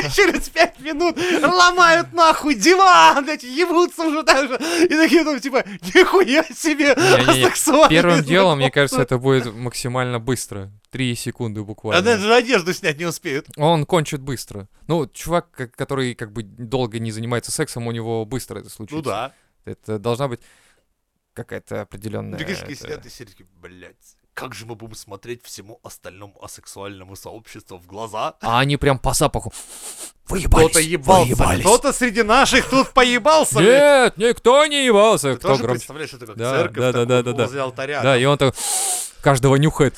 [SPEAKER 1] Через пять минут ломают нахуй диван, блять, ебутся уже так же. И такие, ну, типа, нихуя себе,
[SPEAKER 2] Не-не-не.
[SPEAKER 1] сексуально.
[SPEAKER 2] Первым делом, мне кажется, это будет максимально быстро. Три секунды буквально.
[SPEAKER 1] Она же А одежду снять не Ну успеет.
[SPEAKER 2] Он кончит быстро. Ну, чувак, ко- который как бы долго не занимается сексом, у него быстро это случится.
[SPEAKER 1] Ну да.
[SPEAKER 2] Это должна быть какая-то определенная...
[SPEAKER 1] Бегишки
[SPEAKER 2] это-
[SPEAKER 1] сидят и сидят такие, блядь, как же мы будем смотреть всему остальному асексуальному сообществу в глаза?
[SPEAKER 2] А они прям по запаху. Выебались,
[SPEAKER 1] Кто-то ебался,
[SPEAKER 2] выебались.
[SPEAKER 1] кто-то среди наших тут поебался. блядь.
[SPEAKER 2] Нет, никто не ебался.
[SPEAKER 1] Ты
[SPEAKER 2] кто
[SPEAKER 1] тоже
[SPEAKER 2] громче?
[SPEAKER 1] представляешь, что это как
[SPEAKER 2] Да,
[SPEAKER 1] церковь
[SPEAKER 2] да, да,
[SPEAKER 1] такой
[SPEAKER 2] да, да, да.
[SPEAKER 1] возле алтаря.
[SPEAKER 2] Да, и он так каждого нюхает.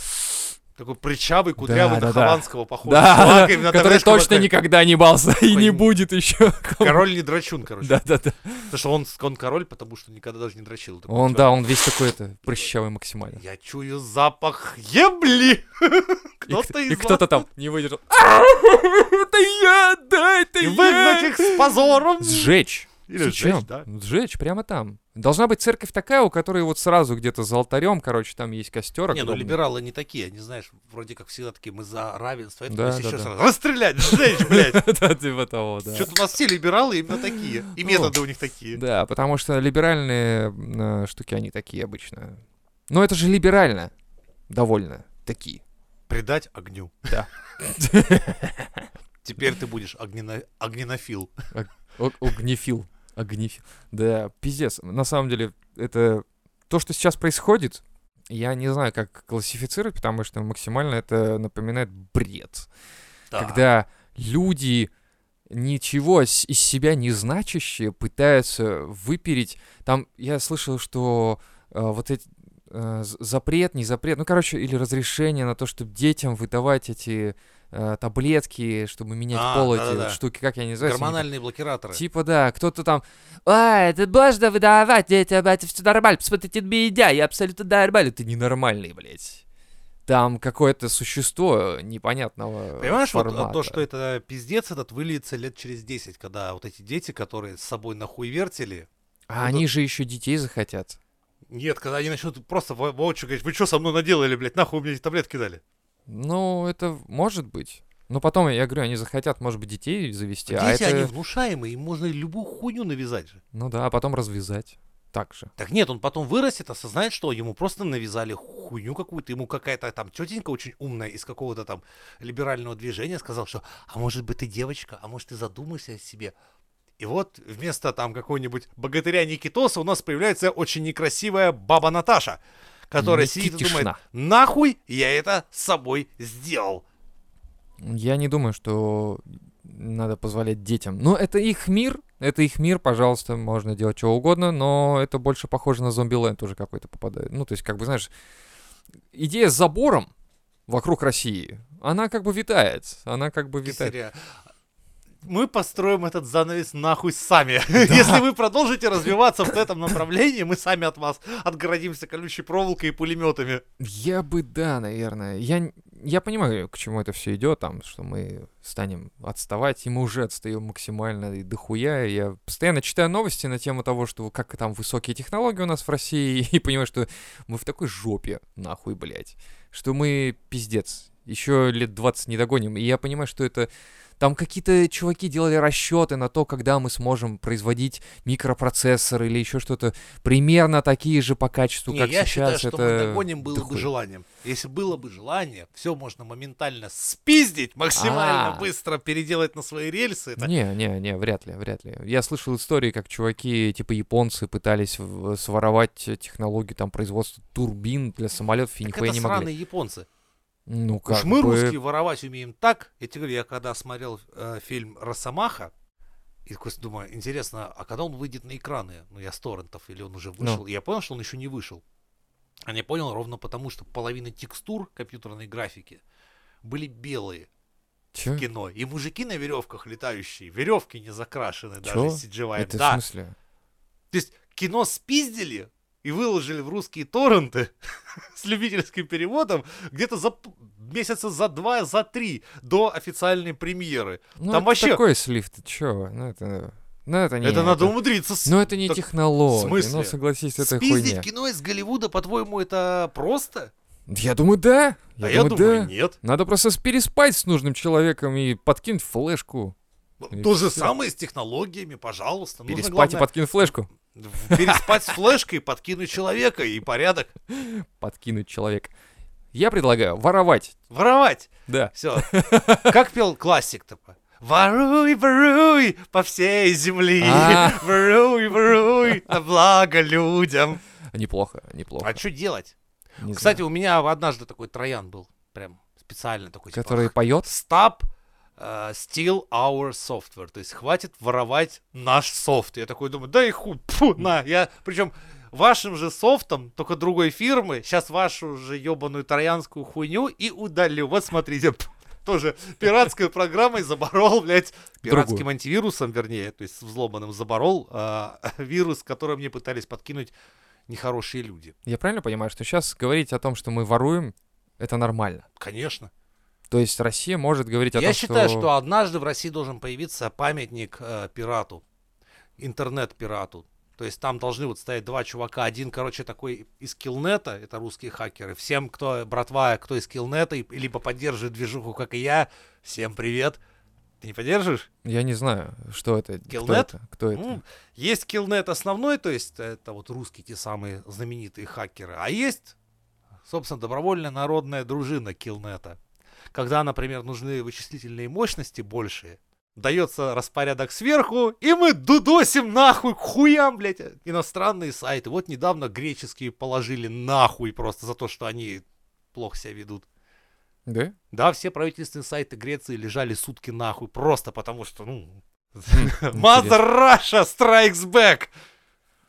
[SPEAKER 1] Такой причавый, кудрявый,
[SPEAKER 2] Да,
[SPEAKER 1] на
[SPEAKER 2] да, да.
[SPEAKER 1] Хованского похож.
[SPEAKER 2] Да,
[SPEAKER 1] Чувак, именно
[SPEAKER 2] который
[SPEAKER 1] тогда, что
[SPEAKER 2] точно
[SPEAKER 1] такой,
[SPEAKER 2] никогда не бался и
[SPEAKER 1] Такой
[SPEAKER 2] не
[SPEAKER 1] не-
[SPEAKER 2] будет еще.
[SPEAKER 1] Король не драчун, короче.
[SPEAKER 2] Да, да, да.
[SPEAKER 1] Потому что он, он король, потому что никогда даже не дрочил. Такой,
[SPEAKER 2] Он,
[SPEAKER 1] чё,
[SPEAKER 2] да, он весь такой это прыщавый максимально.
[SPEAKER 1] Я чую запах ебли.
[SPEAKER 2] И
[SPEAKER 1] Кто-то
[SPEAKER 2] к-
[SPEAKER 1] из
[SPEAKER 2] И кто-то
[SPEAKER 1] вас
[SPEAKER 2] там не выдержал. Это я, да, это
[SPEAKER 1] И выгнать
[SPEAKER 2] я.
[SPEAKER 1] их с позором.
[SPEAKER 2] Сжечь.
[SPEAKER 1] Или
[SPEAKER 2] Зачем?
[SPEAKER 1] сжечь, да.
[SPEAKER 2] Сжечь прямо там. Должна быть церковь такая, у которой вот сразу где-то за алтарем, короче, там есть костер.
[SPEAKER 1] Не, ну
[SPEAKER 2] огромный.
[SPEAKER 1] либералы не такие, не знаешь, вроде как всегда такие, мы за равенство, это
[SPEAKER 2] Да,
[SPEAKER 1] нас
[SPEAKER 2] да,
[SPEAKER 1] еще
[SPEAKER 2] да.
[SPEAKER 1] сразу расстрелять, сжечь, блядь.
[SPEAKER 2] Да, типа того, да.
[SPEAKER 1] Что-то у нас все либералы именно такие, и
[SPEAKER 2] Ну,
[SPEAKER 1] методы у них такие.
[SPEAKER 2] Да, потому что либеральные м, э, штуки, они такие обычно. Но это же либерально. Довольно. Такие.
[SPEAKER 1] Придать огню.
[SPEAKER 2] Да.
[SPEAKER 1] Теперь ты будешь огнено- огненофил.
[SPEAKER 2] О- Огнефил. Огнефил. Да, пиздец. На самом деле, это то, что сейчас происходит, я не знаю, как классифицировать, потому что максимально это напоминает бред.
[SPEAKER 1] Да.
[SPEAKER 2] Когда люди ничего с- из себя не значащие пытаются выпереть. Там я слышал, что э, вот эти э, з- запрет, не запрет, ну, короче, или разрешение на то, чтобы детям выдавать эти э, таблетки, чтобы менять
[SPEAKER 1] А,
[SPEAKER 2] пол, эти
[SPEAKER 1] да-да-да.
[SPEAKER 2] вот штуки, как я не знаю.
[SPEAKER 1] Гормональные блокираторы.
[SPEAKER 2] Типа, да, кто-то там, а, это можно выдавать, детям, это все нормально, посмотрите на меня, я абсолютно нормальный. Ты ненормальный, блядь. Там какое-то существо непонятного
[SPEAKER 1] Понимаешь, вот а, э,
[SPEAKER 2] формата.
[SPEAKER 1] то, что это пиздец этот выльется лет через 10, когда вот эти дети, которые с собой нахуй вертели,
[SPEAKER 2] А
[SPEAKER 1] вот
[SPEAKER 2] они же еще детей захотят.
[SPEAKER 1] нет, когда они начнут просто во- воочию говорить, вы что со мной наделали, блядь, нахуй вы мне эти таблетки дали?
[SPEAKER 2] Ну, это может быть. Но потом, я говорю, они захотят, может быть, детей завести, а
[SPEAKER 1] Дети,
[SPEAKER 2] это...
[SPEAKER 1] они внушаемые, им можно любую хуйню навязать же.
[SPEAKER 2] Ну да, а потом развязать. Так же.
[SPEAKER 1] Так нет, он потом вырастет, осознает, что ему просто навязали хуйню какую-то. Ему какая-то там тетенька очень умная из какого-то там либерального движения сказал, что «А может быть ты девочка? А может ты задумайся о себе?» И вот вместо там какого-нибудь богатыря Никитоса у нас появляется очень некрасивая баба Наташа, которая сидит и
[SPEAKER 2] Никитишна.
[SPEAKER 1] думает «Нахуй я это с собой сделал?»
[SPEAKER 2] Я не думаю, что надо позволять детям. Ну, это их мир, это их мир, пожалуйста, можно делать что угодно, но это больше похоже на зомби-ленд уже какой-то попадает. Ну, то есть, как бы, знаешь, идея с забором вокруг России, она как бы витает, она как бы витает.
[SPEAKER 1] Серия. Мы построим этот занавес нахуй сами. Если вы продолжите развиваться в этом направлении, мы сами от вас отгородимся колючей проволокой и пулеметами.
[SPEAKER 2] Я бы, да, наверное. Я, н- я понимаю, к чему это все идет, там, что мы станем отставать, и мы уже отстаем максимально и дохуя. и Я постоянно читаю новости на тему того, что как там высокие технологии у нас в России, и понимаю, что мы в такой жопе, нахуй, блядь, что мы пиздец. Еще лет 20 не догоним. И я понимаю, что это Там какие-то чуваки делали расчеты на то, когда мы сможем производить микропроцессоры или еще что-то примерно такие же по качеству,
[SPEAKER 1] Не,
[SPEAKER 2] Ну, как
[SPEAKER 1] я считаю,
[SPEAKER 2] сейчас.
[SPEAKER 1] что
[SPEAKER 2] это
[SPEAKER 1] мы догоним было
[SPEAKER 2] да
[SPEAKER 1] бы
[SPEAKER 2] хуй.
[SPEAKER 1] желанием. Если было бы желание, все можно моментально спиздить, максимально
[SPEAKER 2] А.
[SPEAKER 1] быстро переделать на свои рельсы. Это-
[SPEAKER 2] Не, не, не, вряд ли, вряд ли. Я слышал истории, как чуваки, типа японцы, пытались в- своровать технологию там производства турбин для самолетов и
[SPEAKER 1] Так
[SPEAKER 2] нихуя
[SPEAKER 1] это
[SPEAKER 2] не могли.
[SPEAKER 1] сраные японцы.
[SPEAKER 2] Ну как
[SPEAKER 1] Уж мы
[SPEAKER 2] бы...
[SPEAKER 1] русские воровать умеем так. Я тебе говорю, я когда смотрел э, фильм «Росомаха», и такой думаю, интересно, а когда он выйдет на экраны? Ну, я с торрентов, или он уже вышел?
[SPEAKER 2] Ну.
[SPEAKER 1] И я понял, что он еще не вышел. А не понял ровно потому, что половина текстур компьютерной графики были белые
[SPEAKER 2] Чё?
[SPEAKER 1] в кино. И мужики на веревках летающие, веревки не закрашены
[SPEAKER 2] Чё?
[SPEAKER 1] даже CGI.
[SPEAKER 2] Это в
[SPEAKER 1] да.
[SPEAKER 2] смысле?
[SPEAKER 1] То есть кино спиздили и выложили в русские торренты с любительским переводом где-то за п- месяца за два, за три до официальной премьеры.
[SPEAKER 2] Ну,
[SPEAKER 1] Там
[SPEAKER 2] это
[SPEAKER 1] вообще-
[SPEAKER 2] такой слив, ты чё? Ну это... Ну это не...
[SPEAKER 1] это надо умудриться. с-
[SPEAKER 2] Ну это не
[SPEAKER 1] так
[SPEAKER 2] технология,
[SPEAKER 1] в смысле?
[SPEAKER 2] ну согласись, это
[SPEAKER 1] спиздить
[SPEAKER 2] хуйня.
[SPEAKER 1] кино из Голливуда, по-твоему, это просто?
[SPEAKER 2] Я думаю, да.
[SPEAKER 1] а я думаю,
[SPEAKER 2] да.
[SPEAKER 1] нет.
[SPEAKER 2] Надо просто с- переспать с нужным человеком и подкинуть флешку. И
[SPEAKER 1] Ну, То же
[SPEAKER 2] всё.
[SPEAKER 1] самое с технологиями, пожалуйста. Нужно,
[SPEAKER 2] переспать и
[SPEAKER 1] главное,
[SPEAKER 2] подкинуть флешку.
[SPEAKER 1] в- переспать с флешкой, подкинуть человека и порядок.
[SPEAKER 2] Подкинуть человека. Я предлагаю воровать.
[SPEAKER 1] Воровать.
[SPEAKER 2] Да.
[SPEAKER 1] Все. Как пел классик-то? Воруй, воруй по всей земле,
[SPEAKER 2] А.
[SPEAKER 1] воруй, воруй на благо людям.
[SPEAKER 2] Неплохо, неплохо.
[SPEAKER 1] А что делать?
[SPEAKER 2] Не
[SPEAKER 1] Кстати,
[SPEAKER 2] знаю.
[SPEAKER 1] у меня однажды такой троян был, прям специально такой. типа,
[SPEAKER 2] который поет?
[SPEAKER 1] Stop э, steal our software, то есть хватит воровать наш софт. Я такой думаю, да и хуй, пфу, на, я, причем вашим же софтом, только другой фирмы, сейчас вашу же ебаную троянскую хуйню и удалю. Вот смотрите, пф, тоже пиратской программой заборол, блядь, пиратским
[SPEAKER 2] Другую.
[SPEAKER 1] антивирусом, вернее, то есть взломанным заборол э, вирус, который мне пытались подкинуть нехорошие люди.
[SPEAKER 2] Я правильно понимаю, что сейчас говорить о том, что мы воруем, это нормально?
[SPEAKER 1] Конечно.
[SPEAKER 2] То есть Россия может говорить о
[SPEAKER 1] Я
[SPEAKER 2] том,
[SPEAKER 1] считаю, что... однажды в России должен появиться памятник э, пирату, интернет-пирату. То есть там должны вот стоять два чувака. Один, короче, такой из Килнета, это русские хакеры. Всем, кто, братва, кто из Килнета, и, либо поддерживает движуху, как и я, всем привет. Ты не поддерживаешь?
[SPEAKER 2] Я не знаю, что это. кто
[SPEAKER 1] Killnet?
[SPEAKER 2] это, Кто это?
[SPEAKER 1] М, Ну, Есть Килнет основной, то есть это вот русские те самые знаменитые хакеры. А есть, собственно, добровольная народная дружина Килнета. Когда, например, нужны вычислительные мощности большие, дается распорядок сверху, и мы дудосим нахуй к хуям, блядь, иностранные сайты. Вот недавно греческие положили нахуй просто за то, что они плохо себя ведут.
[SPEAKER 2] Да?
[SPEAKER 1] Да, все правительственные сайты Греции лежали сутки нахуй, просто потому что, ну...
[SPEAKER 2] Хм, интересно.
[SPEAKER 1] Mother Russia strikes back!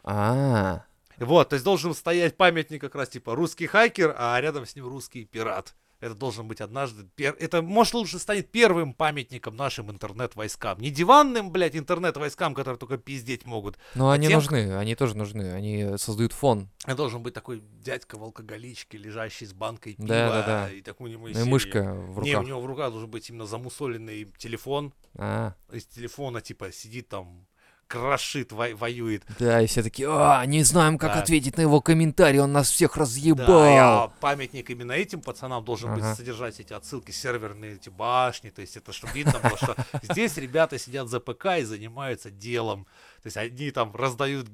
[SPEAKER 2] А,
[SPEAKER 1] Вот, то есть должен стоять памятник как раз типа русский хакер, а рядом с ним русский пират. Это должен быть однажды... пер- Это, может, лучше станет первым памятником нашим интернет-войскам. Не диванным, блядь, интернет-войскам, которые только пиздеть могут.
[SPEAKER 2] но
[SPEAKER 1] А
[SPEAKER 2] Ну, они
[SPEAKER 1] тем,
[SPEAKER 2] нужны, они тоже нужны, они создают фон.
[SPEAKER 1] Это должен быть такой дядька в алкоголичке, лежащий с банкой пива
[SPEAKER 2] Да-да-да.
[SPEAKER 1] и такой
[SPEAKER 2] Ну
[SPEAKER 1] нибудь
[SPEAKER 2] и мышка
[SPEAKER 1] Не, ну у
[SPEAKER 2] в руках.
[SPEAKER 1] него в руках должен быть именно замусоленный телефон.
[SPEAKER 2] А,
[SPEAKER 1] Из телефона, типа, сидит там, крошит, во- воюет.
[SPEAKER 2] да, и все такие, а, не знаем, как
[SPEAKER 1] Да.
[SPEAKER 2] ответить на его комментарий, он нас всех
[SPEAKER 1] Да,
[SPEAKER 2] разъебал.
[SPEAKER 1] а памятник именно этим пацанам должен
[SPEAKER 2] Ага.
[SPEAKER 1] быть содержать эти отсылки, серверные эти башни, то есть это чтобы видно было, что здесь ребята сидят за ПК и занимаются делом. То есть одни там раздают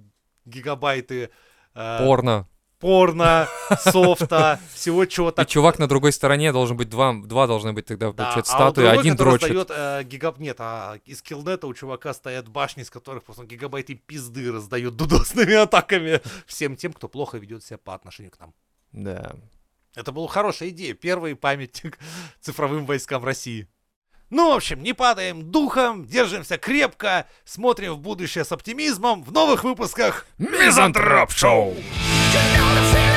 [SPEAKER 1] гигабайты э,
[SPEAKER 2] Порно.
[SPEAKER 1] порно, софта, всего чего
[SPEAKER 2] И
[SPEAKER 1] так.
[SPEAKER 2] чувак на другой стороне должен быть два, два должны быть
[SPEAKER 1] Да,
[SPEAKER 2] тогда, получается,
[SPEAKER 1] а у
[SPEAKER 2] статуи,
[SPEAKER 1] другой,
[SPEAKER 2] один
[SPEAKER 1] который
[SPEAKER 2] дрочит.
[SPEAKER 1] раздает, э, гигаб... Нет, а из килнета у чувака стоят башни, из которых просто он гигабайты пизды раздает дудосными атаками всем тем, кто плохо ведет себя по отношению к нам.
[SPEAKER 2] Да.
[SPEAKER 1] Это была хорошая идея. Первый памятник цифровым войскам России. Ну, в общем, не падаем духом, держимся крепко, смотрим в будущее с оптимизмом в новых выпусках
[SPEAKER 2] Мизантроп шоу!
[SPEAKER 3] You know the feeling